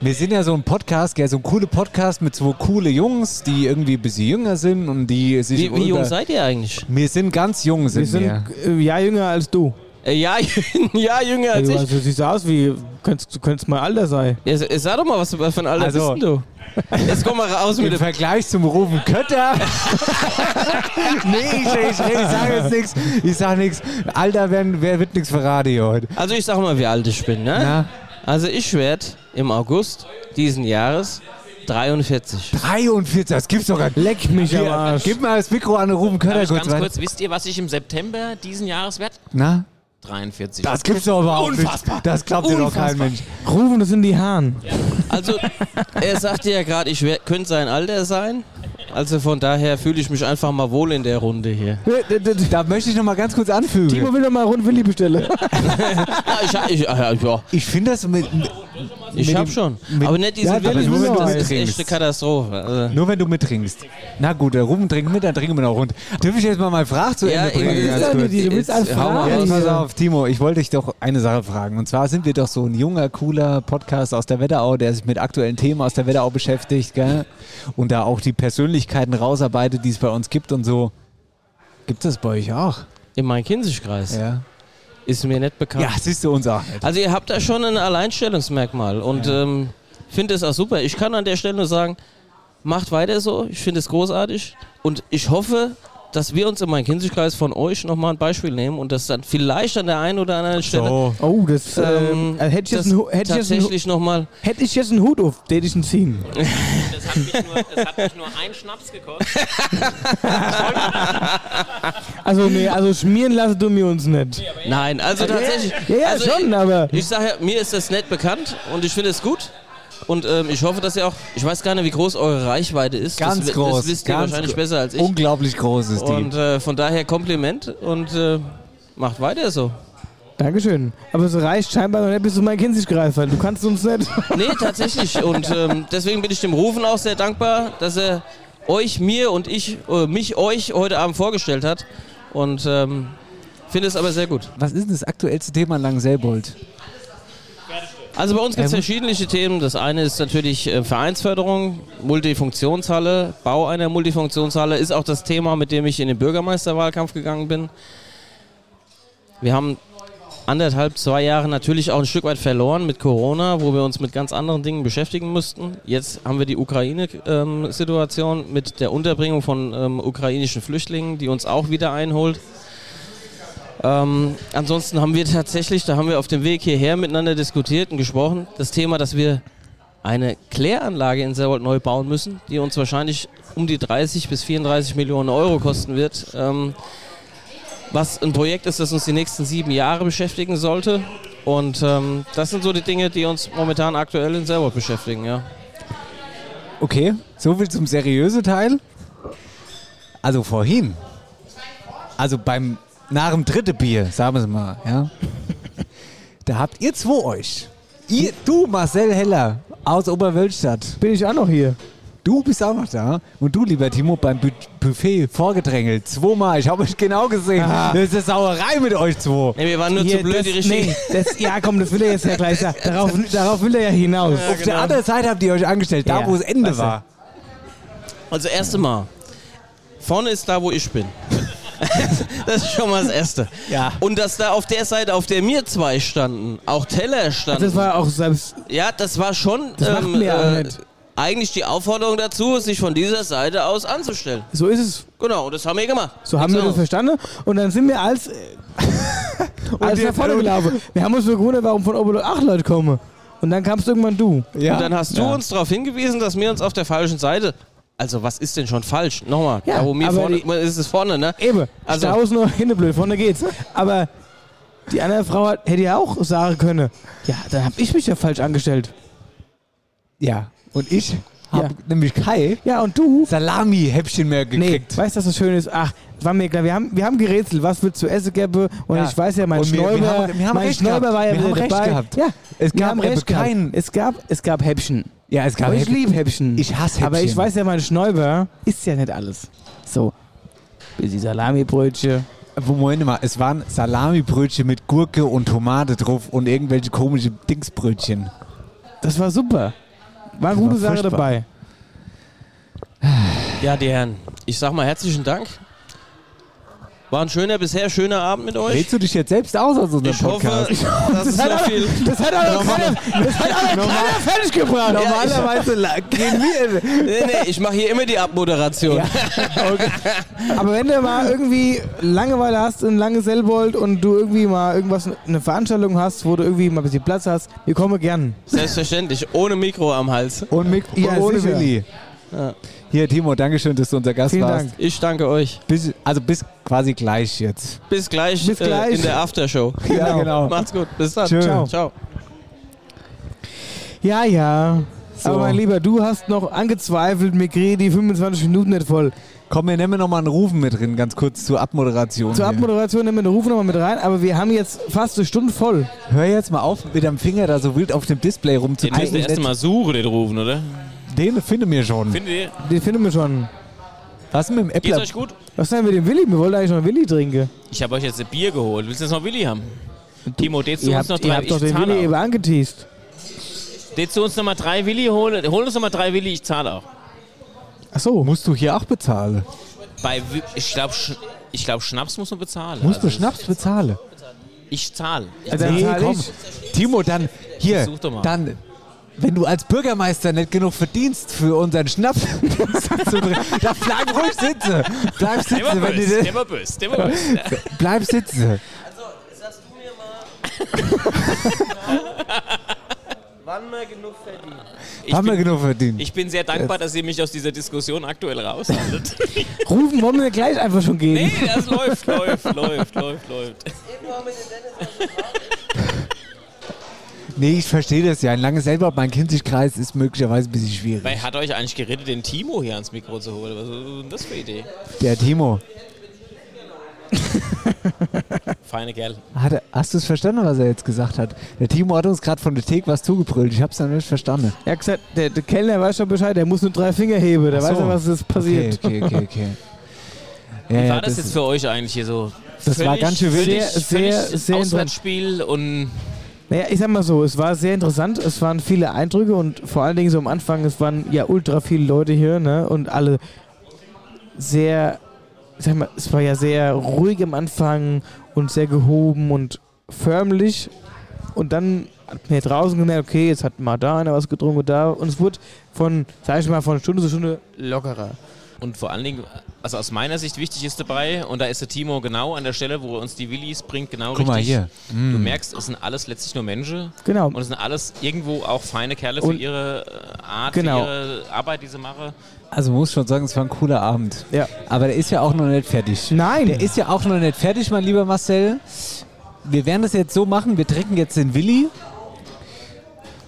Wir sind ja so ein Podcast, gell, so ein cooler Podcast mit so coole Jungs, die irgendwie ein bisschen jünger sind und die sich Wie, wie über- jung seid ihr eigentlich? Wir sind ganz jung, sind Wir wir. sind äh, ja jünger als du. Äh, Ja, ja jünger als Also, ich. also sie sah aus wie, könntest, du könntest mal alter sein. Ja, s- sag doch mal, was, was für ein Alter Also, bist denn du? Jetzt komm mal raus im mit dem Vergleich zum Rufen Kötter. nee, ich, ich, ich sage jetzt nichts. Ich sage nichts. Alter, wer, wer wird nichts für Radio heute? Also ich sag mal, wie alt ich Ah. bin, ne? Ja. Also ich werde im August diesen Jahres 43. 43, das gibt's doch gar nicht. Leck mich am Arsch. Gib mal das Mikro an den Ruben Kötter Darf ich kurz ganz rein. kurz, wisst ihr, was ich im September diesen Jahres werde? Na? 43. Das gibt's doch überhaupt Unfassbar. nicht. Das glaubt dir doch kein Unfassbar. Mensch. Rufen, das sind die Haaren. Also er sagte ja gerade, ich wär, könnte sein Alter sein. Also von daher fühle ich mich einfach mal wohl in der Runde hier. Da möchte ich noch mal ganz kurz anfügen. Timo will noch mal rund Willi bestellen. Ah, ich, ich, ah, ja. Ich finde das mit. Ich mit hab dem- schon. mit- aber nicht diesen Ja, aber Willen, nur wenn du das ist mittrinkst. echt eine Katastrophe. Also, Nur wenn du mittrinkst. Na gut, der Ruben trinkt mit, dann trinken wir noch rund. Darf ich jetzt mal meine Frage zu Ja, Ende bringen? ich- Ganz das ist doch kurz. nicht die- du willst alle Jetzt hau mal fragen raus. hier. Pass auf, Timo, ich wollte dich doch eine Sache fragen. Und zwar sind wir doch so ein junger, cooler Podcast aus der Wetterau, der sich mit aktuellen Themen aus der Wetterau beschäftigt, gell? Und da auch die Persönlichkeiten rausarbeitet, die es bei uns gibt und so. Gibt es das bei euch auch? in meinem Kinzigkreis Ja. ist mir nicht bekannt. Ja, siehst du uns auch. Also ihr habt da schon ein Alleinstellungsmerkmal und ähm, finde es auch super. Ich kann an der Stelle nur sagen, macht weiter so. Ich finde es großartig und ich hoffe, dass wir uns in meinem Kinzigkreis von euch nochmal ein Beispiel nehmen und das dann vielleicht an der einen oder anderen Stelle So. Oh, das, ähm, ähm, also hätte ich das jetzt einen Hu- hätte ich jetzt einen Hu- tatsächlich nochmal hätte ich jetzt einen Hut auf, den ich ihn ziehen. Das hat mich nur, das hat mich nur ein Schnaps gekostet. Also, nee, also schmieren lassen du mir uns nicht. Nein, also tatsächlich. Ja, ja, also schon, ich, aber- Ich sage ja, mir ist das nett bekannt und ich finde es gut. Und ähm, ich hoffe, dass ihr auch. Ich weiß gar nicht, wie groß eure Reichweite ist. Ganz das, wi- groß. Das wisst ihr ganz wahrscheinlich gro- besser als ich. Unglaublich groß ist die. Und äh, von daher Kompliment und äh, macht weiter so. Dankeschön. Aber es reicht scheinbar noch nicht bis zu meinem Kinzigkreis, weil du kannst uns nicht. Nee, tatsächlich. Und ähm, deswegen bin ich dem Rufen auch sehr dankbar, dass er euch, mir und ich, äh, mich, euch heute Abend vorgestellt hat. Und ähm, finde es aber sehr gut. Was ist denn das aktuellste Thema an Langselbold? Also bei uns gibt es Ähm. verschiedene Themen. Das eine ist natürlich äh, Vereinsförderung, Multifunktionshalle, Bau einer Multifunktionshalle ist auch das Thema, mit dem ich in den Bürgermeisterwahlkampf gegangen bin. Wir haben anderthalb, zwei Jahre natürlich auch ein Stück weit verloren mit Corona, wo wir uns mit ganz anderen Dingen beschäftigen mussten. Jetzt haben wir die Ukraine-Situation mit der Unterbringung von ähm, ukrainischen Flüchtlingen, die uns auch wieder einholt. Ähm, ansonsten haben wir tatsächlich, da haben wir auf dem Weg hierher miteinander diskutiert und gesprochen, das Thema, dass wir eine Kläranlage in Serwold neu bauen müssen, die uns wahrscheinlich um die 30 bis 34 Millionen Euro kosten wird. Ähm, was ein Projekt ist, das uns die nächsten sieben Jahre beschäftigen sollte. Und ähm, das sind so die Dinge, die uns momentan aktuell in Serwold beschäftigen, ja. Okay, soviel zum seriösen Teil. Also vorhin, also beim nach dem dritten Bier, sagen wir es mal, ja. Da habt ihr zwei euch. Ihr, du, Marcel Heller aus Oberwölstadt. Bin ich auch noch hier. Du bist auch noch da. Und du, lieber Timo, beim Bu Buffet vorgedrängelt. Zweimal, ich habe euch genau gesehen. Ah. Das ist eine Sauerei mit euch zwei. Nee, wir waren nur zu blöd, das, die richtigen. nee, das, ja, komm, das will er jetzt ja gleich sagen. Darauf, darauf will er ja hinaus. Auf der anderen Seite habt ihr euch angestellt, da Ja, wo das Ende weiß war. Also erste Mal. Vorne ist da, wo ich bin. das ist schon mal das Erste. Ja. Und dass da auf der Seite, auf der mir zwei standen, auch Teller standen. Also, Das war auch selbst. ja, das war schon ähm, äh, Das macht mir halt. auch nicht. eigentlich die Aufforderung dazu, sich von dieser Seite aus anzustellen. So ist es. Genau, und das haben wir gemacht. Genau. So haben wir das Nichts anderes. verstanden. Und dann sind wir als. äh, als ihr- nach vorne und- gelaufen. Wir haben uns so gewundert, warum von Oberlo acht Leute kommen. Und dann kamst irgendwann du. Ja. Und dann hast du Ja. uns darauf hingewiesen, dass wir uns auf der falschen Seite. Also, was ist denn schon falsch? Nochmal, Ja, da wo mir aber vorne die- ist es vorne, ne? Eben. Also Also- Staus nur hinten blöd, vorne geht's. Aber die andere Frau hat, hätte ja auch sagen können. Ja, dann hab ich mich ja falsch angestellt. Ja. Und ich habe Ja. nämlich Kai Ja, und du? Salami-Häppchen mehr Nee, gekriegt. weißt du, was das schön ist? Ach, war mir klar, wir haben, wir haben gerätselt, was wird zu essen gäbe. Und Ja. ich weiß ja, mein Und wir- wir Schnäuber, haben- wir haben mein recht Schnäuber gehabt. war ja Wir wieder haben recht dabei. gehabt. Ja, Es wir gab haben aber recht gehabt. keinen- Es gab, es gab Häppchen. Ja, es gab Aber ich liebe Häppchen. Ich hasse Häppchen. Aber ich weiß ja, mein Schnäuber ist ja nicht alles. So, bisschen Salamibrötchen. Wo- Moment mal, es waren Salamibrötchen mit Gurke und Tomate drauf und irgendwelche komische Dingsbrötchen. Das war super. War eine gute war Sache furchtbar. dabei. Ja, die Herren, ich sag mal herzlichen Dank. War ein schöner, bisher schöner Abend mit euch. Redst du dich jetzt selbst aus aus unserem Ich hoffe, Podcast? dass es das, hat so aber, viel- das hat aber Normal- keiner, das hat aber Normal- keiner fertig gebracht. Ja, ich- Normalerweise la- gehen wir. Nee, nee, ich mache hier immer die Abmoderation. Aber wenn du mal irgendwie Langeweile hast in Lange Selbold und du irgendwie mal irgendwas, eine Veranstaltung hast, wo du irgendwie mal ein bisschen Platz hast, wir kommen gern. Selbstverständlich, ohne Mikro am Hals. Ohne Mikro, ohne sicher. Willi. Ja. Hier, Timo, Dankeschön, dass du unser Gast Vielen warst. Dank. Ich danke euch. Bis, also bis quasi gleich jetzt. Bis gleich, Bis Äh, gleich. in der Aftershow. Ja, genau. Macht's gut. Bis dann. Tschö. Ciao. Ciao. Ja, ja. Aber mein Lieber, du hast noch angezweifelt, mir kriegen die 25 Minuten nicht voll. Komm, wir nehmen nochmal einen Rufen mit drin, ganz kurz zur Abmoderation. Zur hier. Abmoderation nehmen wir den Ruf nochmal mit rein, aber wir haben jetzt fast eine Stunde voll. Hör jetzt mal auf, mit dem Finger da so wild auf dem Display Den müsst ihr rumzudrücken. erst mal suchen, den rufen, oder? Den finde mir schon. Findet ihr? Den finden wir schon. Was mit dem Geht's Äppler? euch gut? Was denn mit dem Willi? Wir wollten eigentlich noch Willi trinken. Ich habe euch jetzt ein Bier geholt. Willst du jetzt noch Willi haben? Timo, den zu ihr uns habt, noch ihr drei. habt doch Ich den Willi zahle eben auch. angeteased. Den zu uns nochmal drei Willi holen. Hol uns nochmal drei Willi, ich zahle auch. Achso. Musst du hier auch bezahlen? Bei, Wi- ich glaube, Sch ich glaub, Schnaps muss man bezahlen. Musst du Also, Schnaps bezahlen? Ich zahle. Ich Also dann Nee, zahl komm. ich. Timo, dann hier, Versuch doch mal. dann, wenn du als Bürgermeister nicht genug verdienst für unseren Schnaps, dann bleib ruhig sitzen. Bleib Der war sitzen, wenn böse, der du war böse, der war böse. Bleib sitzen. Wann mal genug verdient? Ich Haben wir bin, genug verdient. ich bin sehr dankbar, dass ihr mich aus dieser Diskussion aktuell raushaltet. Rufen wollen wir gleich einfach schon gehen. nee, das läuft, läuft, läuft, läuft, läuft. nee, ich verstehe das ja. Ein langes Elbert, mein Kinzigkreis ist möglicherweise ein bisschen schwierig. Wer hat euch eigentlich gerettet, den Timo hier ans Mikro zu holen? Was ist denn das für eine Idee? Der Timo. Feine Kerl. Hat er, hast du es verstanden, was er jetzt gesagt hat? Der Timo hat uns gerade von der Thek was zugebrüllt. Ich habe es dann nicht verstanden. Er hat gesagt, der, der Kellner weiß schon Bescheid, der muss nur drei Finger heben, der Ach weiß so. ja, was ist passiert. Okay, okay, okay. okay. Ja, Wie ja, war das, jetzt für euch eigentlich hier so? Das war ganz schön wild. völlig, Sehr, sehr, völlig sehr Auswärtsspiel und Naja, ich sag mal so, es war sehr interessant, es waren viele Eindrücke und vor allen Dingen so am Anfang, es waren ja ultra viele Leute hier, ne? Und alle sehr, ich sag mal, es war ja sehr ruhig am Anfang und sehr gehoben und förmlich. Und dann hat man hier draußen gemerkt, okay, jetzt hat mal da einer was getrunken, da. Und es wurde von, sag ich mal, von Stunde zu Stunde lockerer. Und vor allen Dingen, also aus meiner Sicht wichtig ist dabei, und da ist der Timo genau an der Stelle, wo er uns die Willis bringt, genau Guck mal richtig. hier. Du merkst, es sind alles letztlich nur Menschen. Genau. Und es sind alles irgendwo auch feine Kerle für Und- ihre äh, Art, für Genau. ihre Arbeit, die sie machen. Also man muss schon sagen, es war ein cooler Abend. Ja. Aber der ist ja auch noch nicht fertig. Nein! Der ist ja auch noch nicht fertig, mein lieber Marcel. Wir werden das jetzt so machen, wir trinken jetzt den Willi.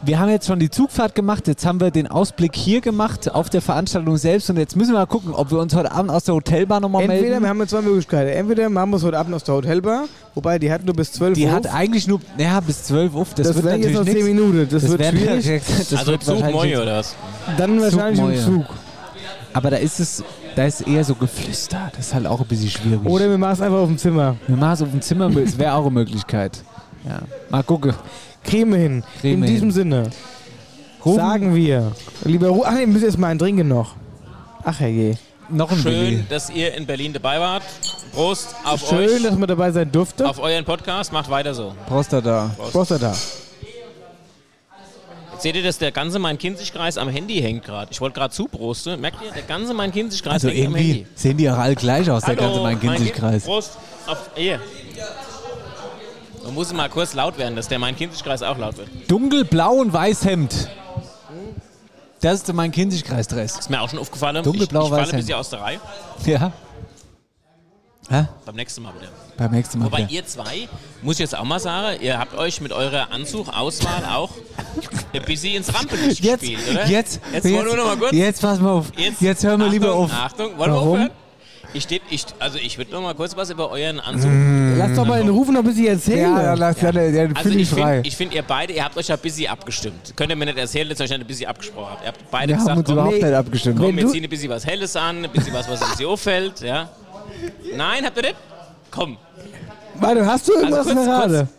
Wir haben jetzt schon die Zugfahrt gemacht, jetzt haben wir den Ausblick hier gemacht auf der Veranstaltung selbst und jetzt müssen wir mal gucken, ob wir uns heute Abend aus der Hotelbar nochmal Entweder wir melden. haben jetzt zwei Möglichkeiten. Entweder machen wir es heute Abend aus der Hotelbar, wobei die hat nur bis 12 Die Uhr. hat eigentlich nur, naja, bis 12 Uhr, das, das wird wären natürlich jetzt noch 10 nichts. Minuten. Das, wird wär- schwierig. das also wird Zug wahrscheinlich Moi nichts. oder was? Dann wahrscheinlich im Zugmäuer. Zug. Aber da ist es, da ist eher so Geflüster, das ist halt auch ein bisschen schwierig. Oder wir machen es einfach auf dem Zimmer. Eine Maß auf dem Zimmer das wäre auch eine Möglichkeit. Ja. Mal gucken. Creme hin. Kriegen In wir diesem hin. Sinne Rufen sagen wir, lieber Ru Ach nee, müssen erst mal einen trinken noch. Ach herrje. noch ein Willi. Schön, dass ihr in Berlin dabei wart. Prost auf Schön, euch, dass man dabei sein durfte. auf euren Podcast. Macht weiter so. Prostata. Prostata. Seht ihr, dass der ganze Main-Kinzig-Kreis am Handy hängt gerade? Ich wollte gerade zuprosten. Merkt ihr, der ganze Main-Kinzig-Kreis Also hängt am Handy. irgendwie sehen die auch alle gleich aus, der ganze mein Kinzigkreis. Prost auf ihr. Man muss mal kurz laut werden, dass der mein Kinzigkreis auch laut wird. Dunkelblau und Weißhemd. Das ist mein kinzigkreis dress Ist mir auch schon aufgefallen. Dunkelblau, ich, ich falle weiß ein ja. bisschen aus der Reihe. Ja. Hä? Beim nächsten Mal wieder. Beim nächsten Mal. Wobei wieder. ihr zwei, muss ich jetzt auch mal sagen, ihr habt euch mit eurer Anzugauswahl auch ein bisschen ins Rampenlicht Jetzt, gespielt, oder? jetzt, jetzt, wollen wir noch mal kurz. jetzt pass mal auf. Jetzt, hören wir Achtung, lieber auf. Achtung, wollen Warum? wir aufhören? Ich, steht, ich, also ich würde noch mal kurz was über euren Anzug Lass doch mal Mhm. den Rufen noch ein bisschen erzählen. Ja, dann lass ja. dann, dann Also fühl ich Mm, ich frei. finde, ich find, ihr beide, ihr habt euch ja busy abgestimmt. Könnt ihr mir nicht erzählen, dass ihr euch nicht ein bisschen abgesprochen habt. Ihr habt beide wir haben gesagt, uns komm, überhaupt nee. nicht abgestimmt. komm, Wenn wir du- ziehen ein bisschen was Helles an, ein bisschen was, was uns hier auffällt. Ja. Nein, habt ihr nicht? Komm, Warte, hast du irgendwas kurz, gerade? Also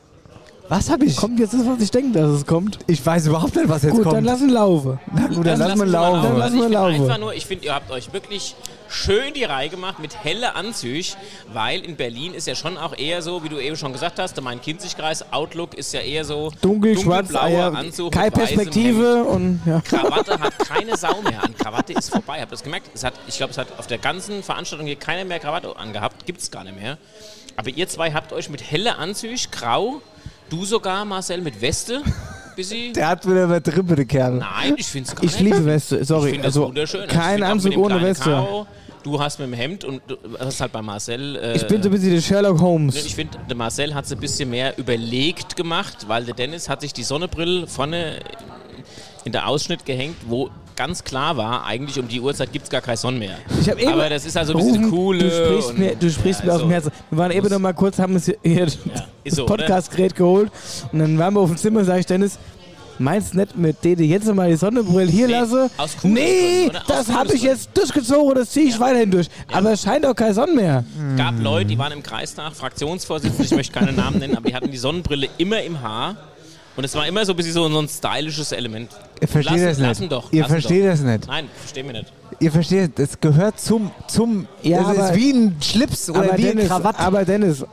Was habe ich? Kommt jetzt das, was ich denke, dass es kommt. Ich weiß überhaupt nicht, was jetzt gut, kommt. Dann lass ihn laufen. Na gut, dann lassen wir laufen. Dann Dann lassen wir laufen. lassen wir Ich laufen. finde einfach nur, ich finde, ihr habt euch wirklich schön die Reihe gemacht mit helle Anzüge, weil in Berlin ist ja schon auch eher so, wie du eben schon gesagt hast, der Main-Kinzig-Kreis, Outlook ist ja eher so Dunkel, schwarz, dunkelblauer Eier, Anzug mit keine weißem Perspektive Hemd. und ja. Krawatte hat keine Sau mehr an. Krawatte ist vorbei. Habt ihr das gemerkt? Es hat, ich glaube, es hat auf der ganzen Veranstaltung hier keiner mehr Krawatte angehabt. Gibt es gar nicht mehr. Aber ihr zwei habt euch mit helle Anzüge, grau, du sogar, Marcel, mit Weste. Bissi. Der hat wieder übertrieben, der Kerl. Nein, ich finde es gar Ich nicht. liebe Weste, sorry. Ich finde das also wunderschön. Also ich kein find auch Anzug mit dem ohne kleinen Weste. Karo, du hast mit dem Hemd und du hast halt bei Marcel. Äh, Ich bin so ein bisschen der Sherlock Ne, Holmes. Ich finde, der Marcel hat es ein bisschen mehr überlegt gemacht, weil der Dennis hat sich die Sonnenbrille vorne in der Ausschnitt gehängt, wo ganz klar war, eigentlich um die Uhrzeit gibt es gar keine Sonne mehr. Ich hab eben Aber das ist also ein bisschen gerufen, cool. Du sprichst mir, du sprichst mir aus dem also, Herzen. Wir waren eben noch mal kurz, haben uns hier, hier ist das so, ne? Podcast-Gerät geholt und dann waren wir auf dem Zimmer und sag ich, Dennis, meinst du nicht, mit denen ich jetzt noch mal die Sonnenbrille hier lasse? aus coolen nee, Gründen, oder? ne? Aus das coolen habe ich jetzt durchgezogen, das ziehe ich weiterhin durch. Aber es scheint auch keine Sonne mehr. gab Leute, die waren im Kreistag, Fraktionsvorsitzende, ich möchte keine Namen nennen, aber die hatten die Sonnenbrille immer im Haar. Und es war immer so ein bisschen so, so ein stylisches Element. Ihr versteht lassen, das nicht. Lassen doch. Ihr lassen versteht doch. das nicht. Nein, verstehen wir nicht. Ihr versteht, das gehört zum. zum Ja, das ist aber- wie ein Schlips oder aber, wie eine Dennis, Krawatte. aber Dennis,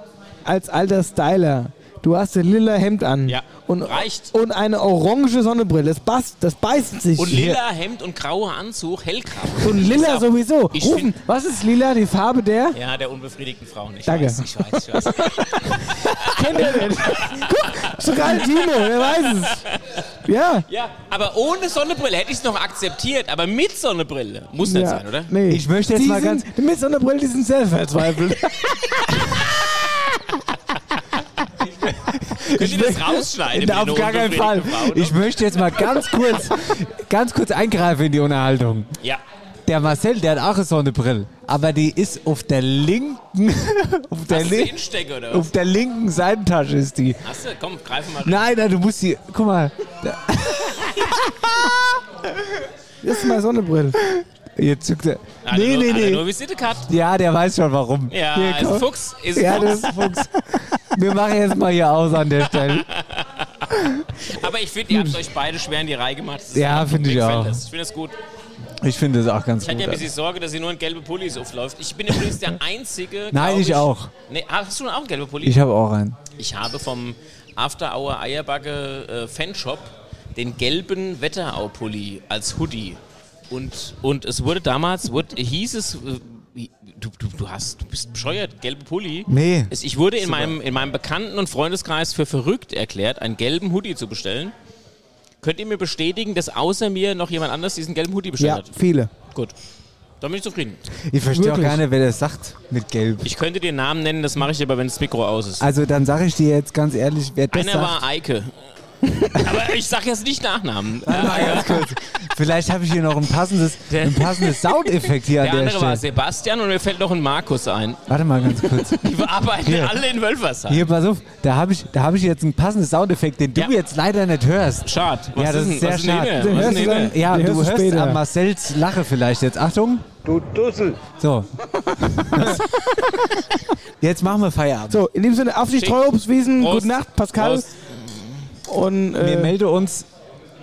als alter Styler, du hast ein lila Hemd Hm. an. Ja, und, reicht. Und eine orange Sonnenbrille. Das, passt, das beißt sich. Und lila Hemd und grauer Anzug, hellgrau. Und lila so sowieso. Ich Rufen, was ist lila, die Farbe der? Ja, der unbefriedigten Frau nicht. Danke. Weiß, ich weiß, ich weiß. Kennt ihr denn? Guck, sogar Timo, wer weiß es. Ja. Ja, aber ohne Sonnenbrille hätte ich es noch akzeptiert, aber mit Sonnenbrille muss nicht ja. sein, oder? Nee. Ich möchte jetzt die mal ganz- Sind, mit Sonnenbrille, die sind sehr verzweifelt. Könnt ihr das rausschneiden? Na, auf mit einer gar keinen Fall. unbefriedigten Frau, ne? Ich möchte jetzt mal ganz kurz, ganz kurz eingreifen in die Unterhaltung. Ja. Der Marcel, der hat auch eine Sonnenbrille, aber die ist auf der linken, auf der, Hast du lin- Instecke oder was? auf der linken Seitentasche ist die. Hast du? Komm, greif mal rein. Nein, nein, du musst die, guck mal, Das ist mal Sonnenbrille. jetzt zückt er. Hat er Nee, nur, nee, hat er Nur nee. Visitenkarte. Ja, der weiß schon warum. Ja, Hier, ist komm. ein Fuchs. Ist ein Ja, Fuchs. das ist Fuchs. Wir machen jetzt mal hier aus an der Stelle. Aber ich finde, ihr habt euch beide schwer in die Reihe gemacht. Das ist Hm. Ja, einfach- finde ich mir gefällt auch. Das. Ich finde das gut. Ich finde das auch ganz Ich hatte gut. ja ein bisschen Sorge, dass ihr nur in gelbe Pullis aufläuft. Ich bin übrigens der Einzige. Nein, glaub ich auch. Nee, ah, hast du auch einen gelben Pulli? Ich habe auch einen. Ich habe vom After Hour Eierbacke äh, Fanshop den gelben Wetterau-Pulli als Hoodie. Und, und es wurde damals, wurde, hieß es, äh, du, du, du, hast, du bist bescheuert, gelbe Pulli. Nee. Es, ich wurde in meinem, in meinem Bekannten- und Freundeskreis für verrückt erklärt, einen gelben Hoodie zu bestellen. Könnt ihr mir bestätigen, dass außer mir noch jemand anders diesen gelben Hoodie bestellt ja, hat? viele. Gut. Dann bin ich zufrieden. Ich verstehe auch Wirklich? gar nicht, wer das sagt mit Gelb. Ich könnte dir Namen nennen, das mache ich aber, wenn das Mikro aus ist. Also dann sage ich dir jetzt ganz ehrlich, wer das Einer sagt. war Eike. aber ich sage jetzt nicht Ah, Nachnamen. Ganz kurz. Vielleicht habe ich hier noch ein passendes, ein passendes Soundeffekt Der hier an der andere war Stelle. Sebastian und mir fällt noch ein Markus ein. Warte mal ganz kurz. Die arbeiten Hier. alle in Wölfersheim. Hier, pass auf, da habe ich, da hab ich jetzt ein passendes Soundeffekt, den du Ja. jetzt leider nicht hörst. Schade. Was ja, das denn- ist sehr was denn schade. hier? Was hörst denn du hier? dann- Ja, Den du hörst du hörst später. an Marcells Lache vielleicht jetzt. Achtung. Du Dussel. So. jetzt machen wir Feierabend. So, in dem Sinne, auf die Schick. Streuobstwiesen. Prost. Gute Nacht, Pascal. Prost. Und Wir äh, melden uns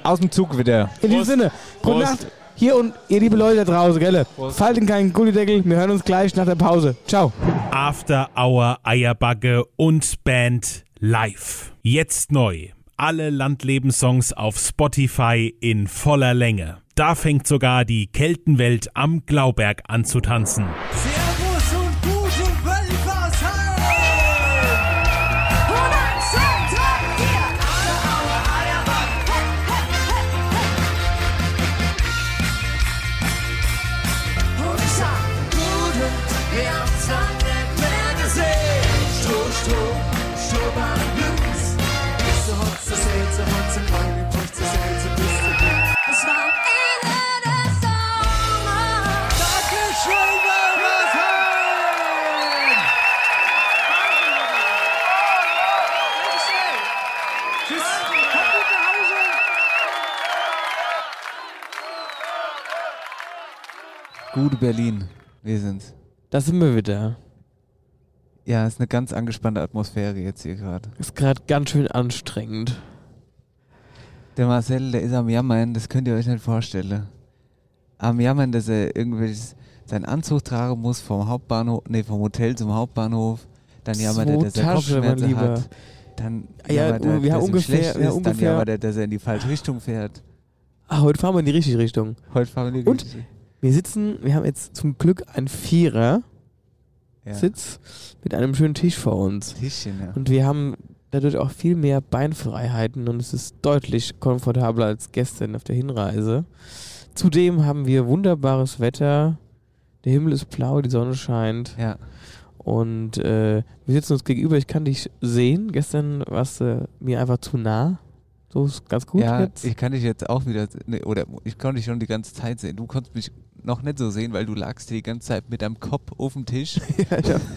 aus dem Zug wieder. in dem Prost. Sinne, gute Prost. Nacht. Hier und ihr liebe Leute da draußen, gell? Fallt in keinen Gullideckel. Wir hören uns gleich nach der Pause. Ciao. After Hour Eierbacke und Band live. Jetzt neu. Alle Landlebenssongs auf Spotify in voller Länge. Da fängt sogar die Keltenwelt am Glauberg an zu tanzen. Servus und gute Wölfersheim! 102, 3, 4! Alle Aue Eierback! Hey, hey, hey, hey! Und ich sag, Duden, wir haben's lang nicht mehr gesehen. Stroh, Stroh, Strohbahn, Blues. Bist du heute zu sehen, zu heute zu klein, im Puff zu sehen, zu bist du gut. Es war am Ende des Sommers. Dankeschön, Wölfersheim! Tschüss. Kommt gut nach Hause. Gute Berlin. Wir sind's. Da sind wir wieder. Ja, ist eine ganz angespannte Atmosphäre jetzt hier gerade. Ist gerade ganz schön anstrengend. Der Marcel, der ist am Jammern, das könnt ihr euch nicht vorstellen. Am Jammern, dass er irgendwelches, seinen Anzug tragen muss vom Hauptbahnhof, nee, vom Hotel zum Hauptbahnhof. Dann jammert er, So, dass er Tasche, mein Kopfschmerzen Lieber. hat. Dann Ja, oh, jammert er, wir haben dass ihm ungefähr- schlecht wir haben ist. Dann ungefähr- jammert er, dass er in die falsche Richtung fährt. Ah, heute fahren wir in die richtige Richtung. Heute fahren wir in die Und richtige Richtung. wir sitzen, wir haben jetzt zum Glück ein Vierer Ja. Sitz mit einem schönen Tisch vor uns. Tischchen, ja. Und wir haben dadurch auch viel mehr Beinfreiheiten und es ist deutlich komfortabler als gestern auf der Hinreise. Zudem haben wir wunderbares Wetter. Der Himmel ist blau, die Sonne scheint. Ja. Und äh, wir sitzen uns gegenüber. Ich kann dich sehen. Gestern warst du mir einfach zu nah. So ist ganz gut ja, jetzt. ich kann dich jetzt auch wieder, nee, oder ich konnte dich schon die ganze Zeit sehen. Du konntest mich noch nicht so sehen, weil du lagst hier die ganze Zeit mit deinem Kopf auf dem Tisch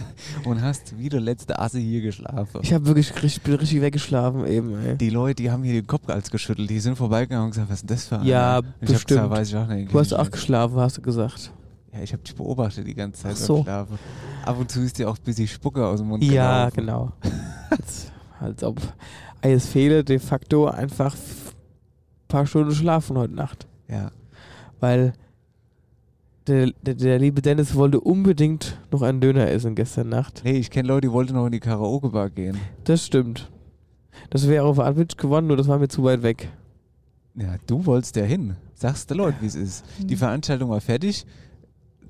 und hast wie der letzte Asse hier geschlafen. Ich hab wirklich richtig, bin richtig weggeschlafen eben, ey. Die Leute, die haben hier den Kopf als geschüttelt, die sind vorbeigegangen und gesagt, was ist denn das für einer? Ja, Und ich bestimmt. Hab gesagt, weiß ich auch nicht, du hast kenn ich auch geschlafen, hast du gesagt. nicht. Ja, ich habe dich beobachtet die ganze Zeit Ach so. beim Schlafen. Ab und zu ist dir auch ein bisschen Spucke aus dem Mund ja, gelaufen. genau. Als, als ob es fehle de facto einfach f- paar Stunden Schlaf von heute Nacht. Ja. Weil der, der, der liebe Dennis wollte unbedingt noch einen Döner essen gestern Nacht. Nee, ich kenne Leute, die wollten noch in die Karaoke-Bar gehen. Das stimmt. Das wäre auf Advent gewonnen, nur das war mir zu weit weg. Ja, du wolltest ja hin. Sagst den Leuten, wie es ist. Die Veranstaltung war fertig.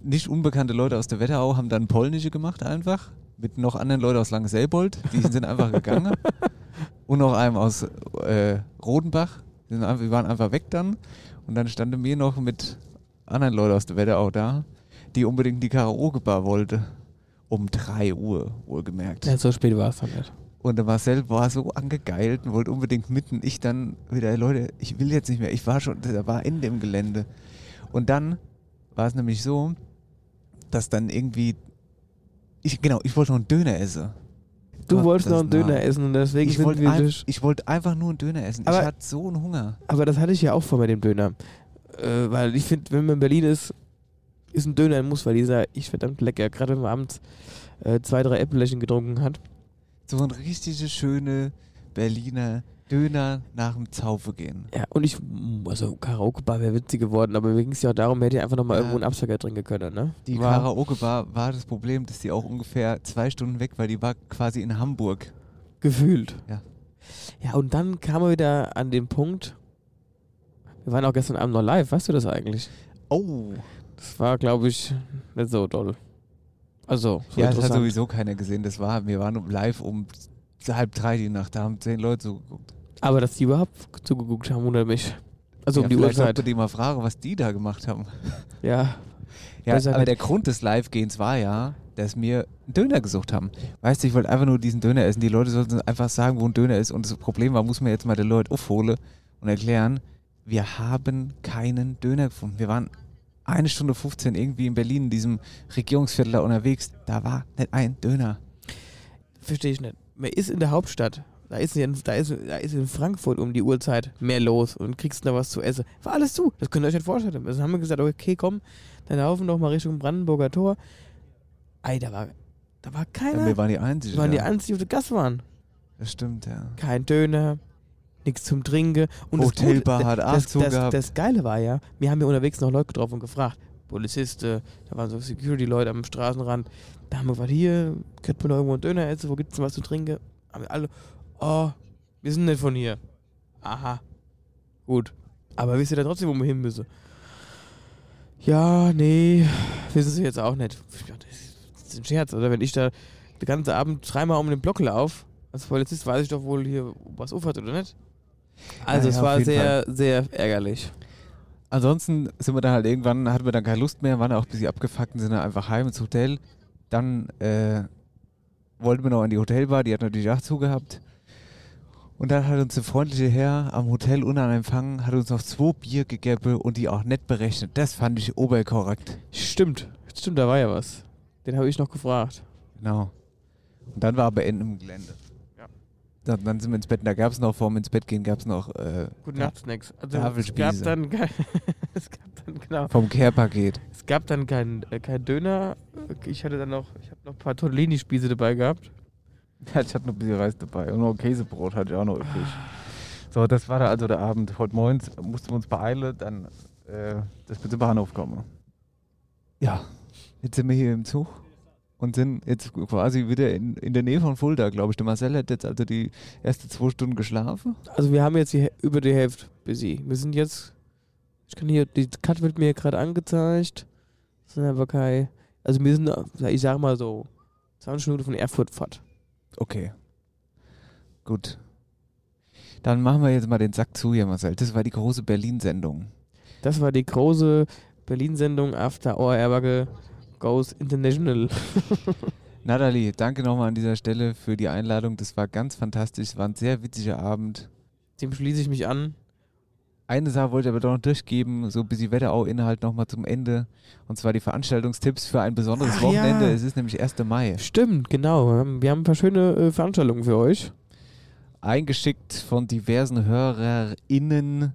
Nicht unbekannte Leute aus der Wetterau haben dann Polnische gemacht einfach. Mit noch anderen Leuten aus Langeselbold. Die sind einfach gegangen. Und noch einem aus äh, Rodenbach. Die sind einfach- Wir waren einfach weg dann. Und dann standen wir noch mit anderen Leuten aus der Wetterau da, die unbedingt in die Karaoke-Bar wollte. Um 3 Uhr, wohlgemerkt. Ja, so spät war es dann nicht. Und der Marcel war so angegeilt und wollte unbedingt mitten. Ich dann wieder, Leute, ich will jetzt nicht mehr. Ich war schon, da war Ende im Gelände. Und dann war es nämlich so, dass dann irgendwie, ich, genau, ich wollte noch einen Döner essen. Du Gott, wolltest das noch einen ist nah. Döner essen und deswegen ich sind wollte wir ein- durch- Ich wollte einfach nur einen Döner essen. Aber- ich hatte so einen Hunger. Aber das hatte ich ja auch vor mit dem Döner. Äh, weil ich finde, wenn man in Berlin ist, ist ein Döner ein Muss, weil dieser ich verdammt lecker. Gerade wenn man abends äh, zwei, drei Äpfelchen getrunken hat. So ein richtig schöne Berliner Döner nach dem Zaufe gehen. Ja, und ich, mm, also Karaoke-Bar wäre witzig geworden, aber mir ging es ja auch darum, hätte ich einfach nochmal Ja. irgendwo einen Absacker trinken können, ne? Die War- Karaoke-Bar war das Problem, dass die auch ungefähr zwei Stunden weg war. Die war quasi in Hamburg. Gefühlt. Ja. Ja, und dann kamen wir wieder an den Punkt. Wir waren auch gestern Abend noch live, weißt du das eigentlich? Oh. Das war, glaube ich, nicht so toll. Also, so ja, das hat interessant. sowieso keiner gesehen. Das war, wir waren um- live um halb drei die Nacht, da haben zehn Leute zugeguckt. Aber dass die überhaupt zugeguckt haben, wundert mich. Also ja, um die vielleicht Uhrzeit. sollte man die mal fragen, was die da gemacht haben. Ja. Ja, Besser aber nicht. der Grund des Live-Gehens war ja, dass wir einen Döner gesucht haben. Weißt du, ich wollte einfach nur diesen Döner essen. Die Leute sollten einfach sagen, wo ein Döner ist. Und das Problem war, muss man jetzt mal den Leuten aufholen und erklären, wir haben keinen Döner gefunden. Wir waren eine Stunde 15 irgendwie in Berlin in diesem Regierungsviertel da unterwegs. Da war nicht ein Döner. Verstehe ich nicht. Man ist in der Hauptstadt. Da ist, in, da, ist, da ist in Frankfurt um die Uhrzeit mehr los und kriegst da was zu essen. War alles zu. Das könnt ihr euch nicht vorstellen. Also haben wir gesagt, okay, komm, dann laufen wir doch mal Richtung Brandenburger Tor. Ei, da war, da war keiner. Ja, wir waren die Einzigen, Wir waren die ja. Einzigen, die auf der Gast waren. Das stimmt, ja. Kein Döner, nichts zum Trinken. Und das Gute- Hotelbar hat auch das, das, das, zugehabt. das Geile war ja, wir haben ja unterwegs noch Leute getroffen und gefragt. Polizisten, da waren so Security-Leute am Straßenrand. Da haben wir gefragt, hier, könnte man noch irgendwo einen Döner essen, wo gibt's denn was zu trinken? Haben wir alle, oh, wir sind nicht von hier. Aha, gut. Aber wisst ihr dann trotzdem, wo wir hin müssen? Ja, nee, wissen sie jetzt auch nicht. Ich dachte, Das ist ein Scherz, oder? Wenn ich da den ganzen Abend dreimal um den Block laufe, als Polizist weiß ich doch wohl hier, was ufert oder nicht? Also Ja, es ja, auf war jeden sehr, sehr ärgerlich. Ansonsten sind wir dann halt irgendwann, hatten wir dann keine Lust mehr, waren auch ein bisschen abgefuckt und sind dann einfach heim ins Hotel. Dann äh, wollten wir noch an die Hotelbar, die hat natürlich auch zugehabt. Und dann hat uns der freundliche Herr am Hotel unten am Empfang, hat uns noch zwei Bier gegeben und die auch nett berechnet. Das fand ich oberkorrekt. Stimmt, stimmt, da war ja was. Den habe ich noch gefragt. Genau. Und dann war aber Ende im Gelände. Dann, dann sind wir ins Bett. Da gab es noch, vorm ins Bett gehen, gab es noch äh, Guten Nacht Snacks. Also es gab Tafelspieße. dann kein, es gab dann genau Vom Care-Paket. Es gab dann kein, äh, kein Döner. Ich hatte dann noch ich habe noch ein paar Tortellini Spieße dabei gehabt. Ja, ich hatte noch ein bisschen Reis dabei und noch ein Käsebrot hatte ich auch noch übrig. So, das war da also der Abend. Heute morgens mussten wir uns beeilen, dann äh, das bitte bei Hannover kommen. Ja, jetzt sind wir hier im Zug und sind jetzt quasi wieder in, in der Nähe von Fulda, glaube ich. Der Marcel hat jetzt also die erste zwei Stunden geschlafen. Also wir haben jetzt die, Hä- über die Hälfte busy. Wir sind jetzt, ich kann hier, die Cut wird mir gerade angezeigt. Das sind aber kein, also wir sind, ich sag mal so, 20 Minuten von Erfurt Fahrt. Okay. Gut. Dann machen wir jetzt mal den Sack zu hier, Marcel. Das war die große Berlin-Sendung. Das war die große Berlin-Sendung After Our Airbagge Goes International. Natalie, danke nochmal an dieser Stelle für die Einladung. Das war ganz fantastisch. Es war ein sehr witziger Abend. Dem schließe ich mich an. Eine Sache wollte ich aber doch noch durchgeben, so ein bisschen Wetterau-Inhalt nochmal zum Ende. Und zwar die Veranstaltungstipps für ein besonderes Ach ja. Wochenende. Es ist nämlich 1. Mai. Stimmt, genau. Wir haben- Wir haben ein paar schöne äh, Veranstaltungen für euch. Eingeschickt von diversen HörerInnen.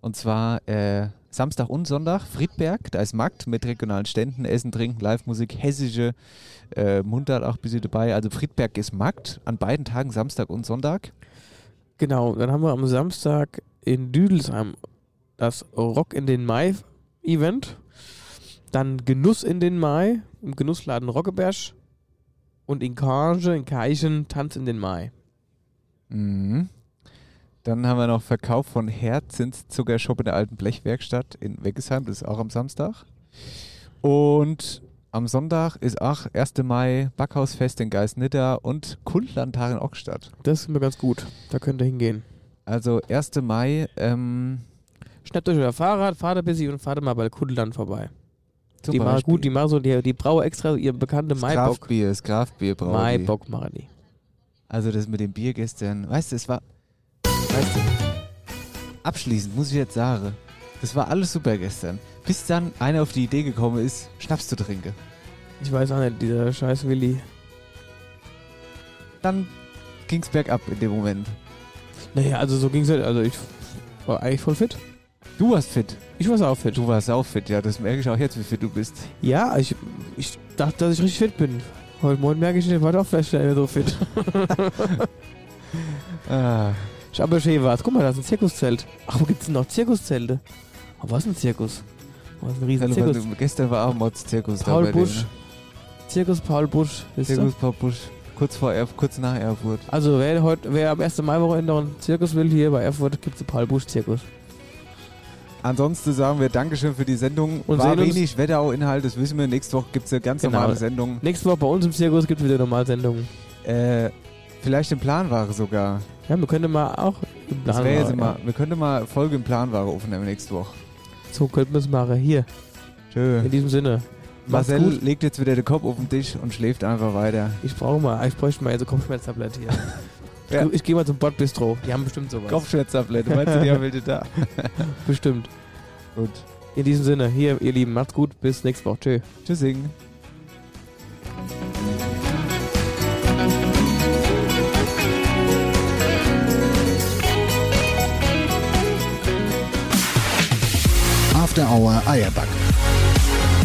Und zwar äh, Samstag und Sonntag, Friedberg, da ist Markt mit regionalen Ständen, Essen, Trinken, Live-Musik, hessische äh, Mundart auch ein bisschen dabei. Also Friedberg ist Markt an beiden Tagen, Samstag und Sonntag. Genau, dann haben wir am Samstag in Düdelsheim das Rock in den Mai Event. Dann Genuss in den Mai im Genussladen Rockebersch. Und in Karge, in Keichen, Tanz in den Mai. Mhm. Dann haben wir noch Verkauf von Herzens Zuckershop in der alten Blechwerkstatt in Weggesheim. Das ist auch am Samstag. Und am Sonntag ist auch 1. Mai Backhausfest in Geisnitter und Kultlandtag in Ockstadt. Das ist mir ganz gut. Da könnt ihr hingehen. Also 1. Mai, ähm, Schnappt euch euer Fahrrad, fahrt ein bisschen und fahrt mal bei Kuddeland vorbei. Zum die machen Beispiel. gut, die machen so, die, die brauen extra ihre bekannte Maibock. Kraftbier, das Kraftbier brauchen Maibock machen die. Also das mit dem Bier gestern, weißt du, es war, weißt du, abschließend muss ich jetzt sagen, das war alles super gestern. Bis dann einer auf die Idee gekommen ist, Schnaps zu trinken. Ich weiß auch nicht, dieser scheiß Willi. Dann ging's bergab in dem Moment. Naja, also so ging's halt. Also ich war eigentlich voll fit. Du warst fit. Ich war auch fit. Du warst auch fit, ja, das merke ich auch jetzt, wie fit du bist. Ja, ich, ich dachte, dass ich richtig fit bin. Heute Morgen merke ich, ich war doch vielleicht nicht mehr so fit. ah. Ich aber schön war's. Guck mal, da ist ein Zirkuszelt. Ach, wo gibt's denn noch Zirkuszelte? Oh, was ein Zirkus? Was ein riesen Also, Zirkus. weil du- gestern war auch Mods Zirkus Paul da bei Busch. Zirkus Paul Busch. Dem, ne? wisst ihr? Zirkus Paul Busch, kurz vor Erf kurz nach Erfurt. Also, wer, heute, wer am 1. Mai-Wochenende noch einen Zirkus will, hier bei Erfurt gibt's den Paul Busch-Zirkus. Ansonsten sagen wir Dankeschön für die Sendung. Und war sehen uns- Genau. wenig Wetterau-Inhalt, das wissen wir. Nächste Woche gibt's eine ganz normale Sendung. Nächste Woche bei uns im Zirkus gibt's wieder Normalsendungen. Äh, vielleicht im Planware sogar. Ja, wir könnten mal auch im Das Plan wäre jetzt immer, wir könnten mal Folge im Planware aufnehmen nächste Woche. So könnten wir's machen. Hier. Tschö. In diesem Sinne. Macht's Marcel gut. legt jetzt wieder den Kopf auf den Tisch und schläft einfach weiter. Ich brauche mal, ich bräuchte mal so Kopfschmerztablette hier. Ja. Ich, gehe mal zum Bordbistro. Die haben bestimmt sowas. Kopfschmerztablette, meinst du, die haben welche da? bestimmt. Gut. In diesem Sinne, hier, ihr Lieben, macht's gut. Bis nächste Woche. Tschö. Tschüssing. After Hour Eierback.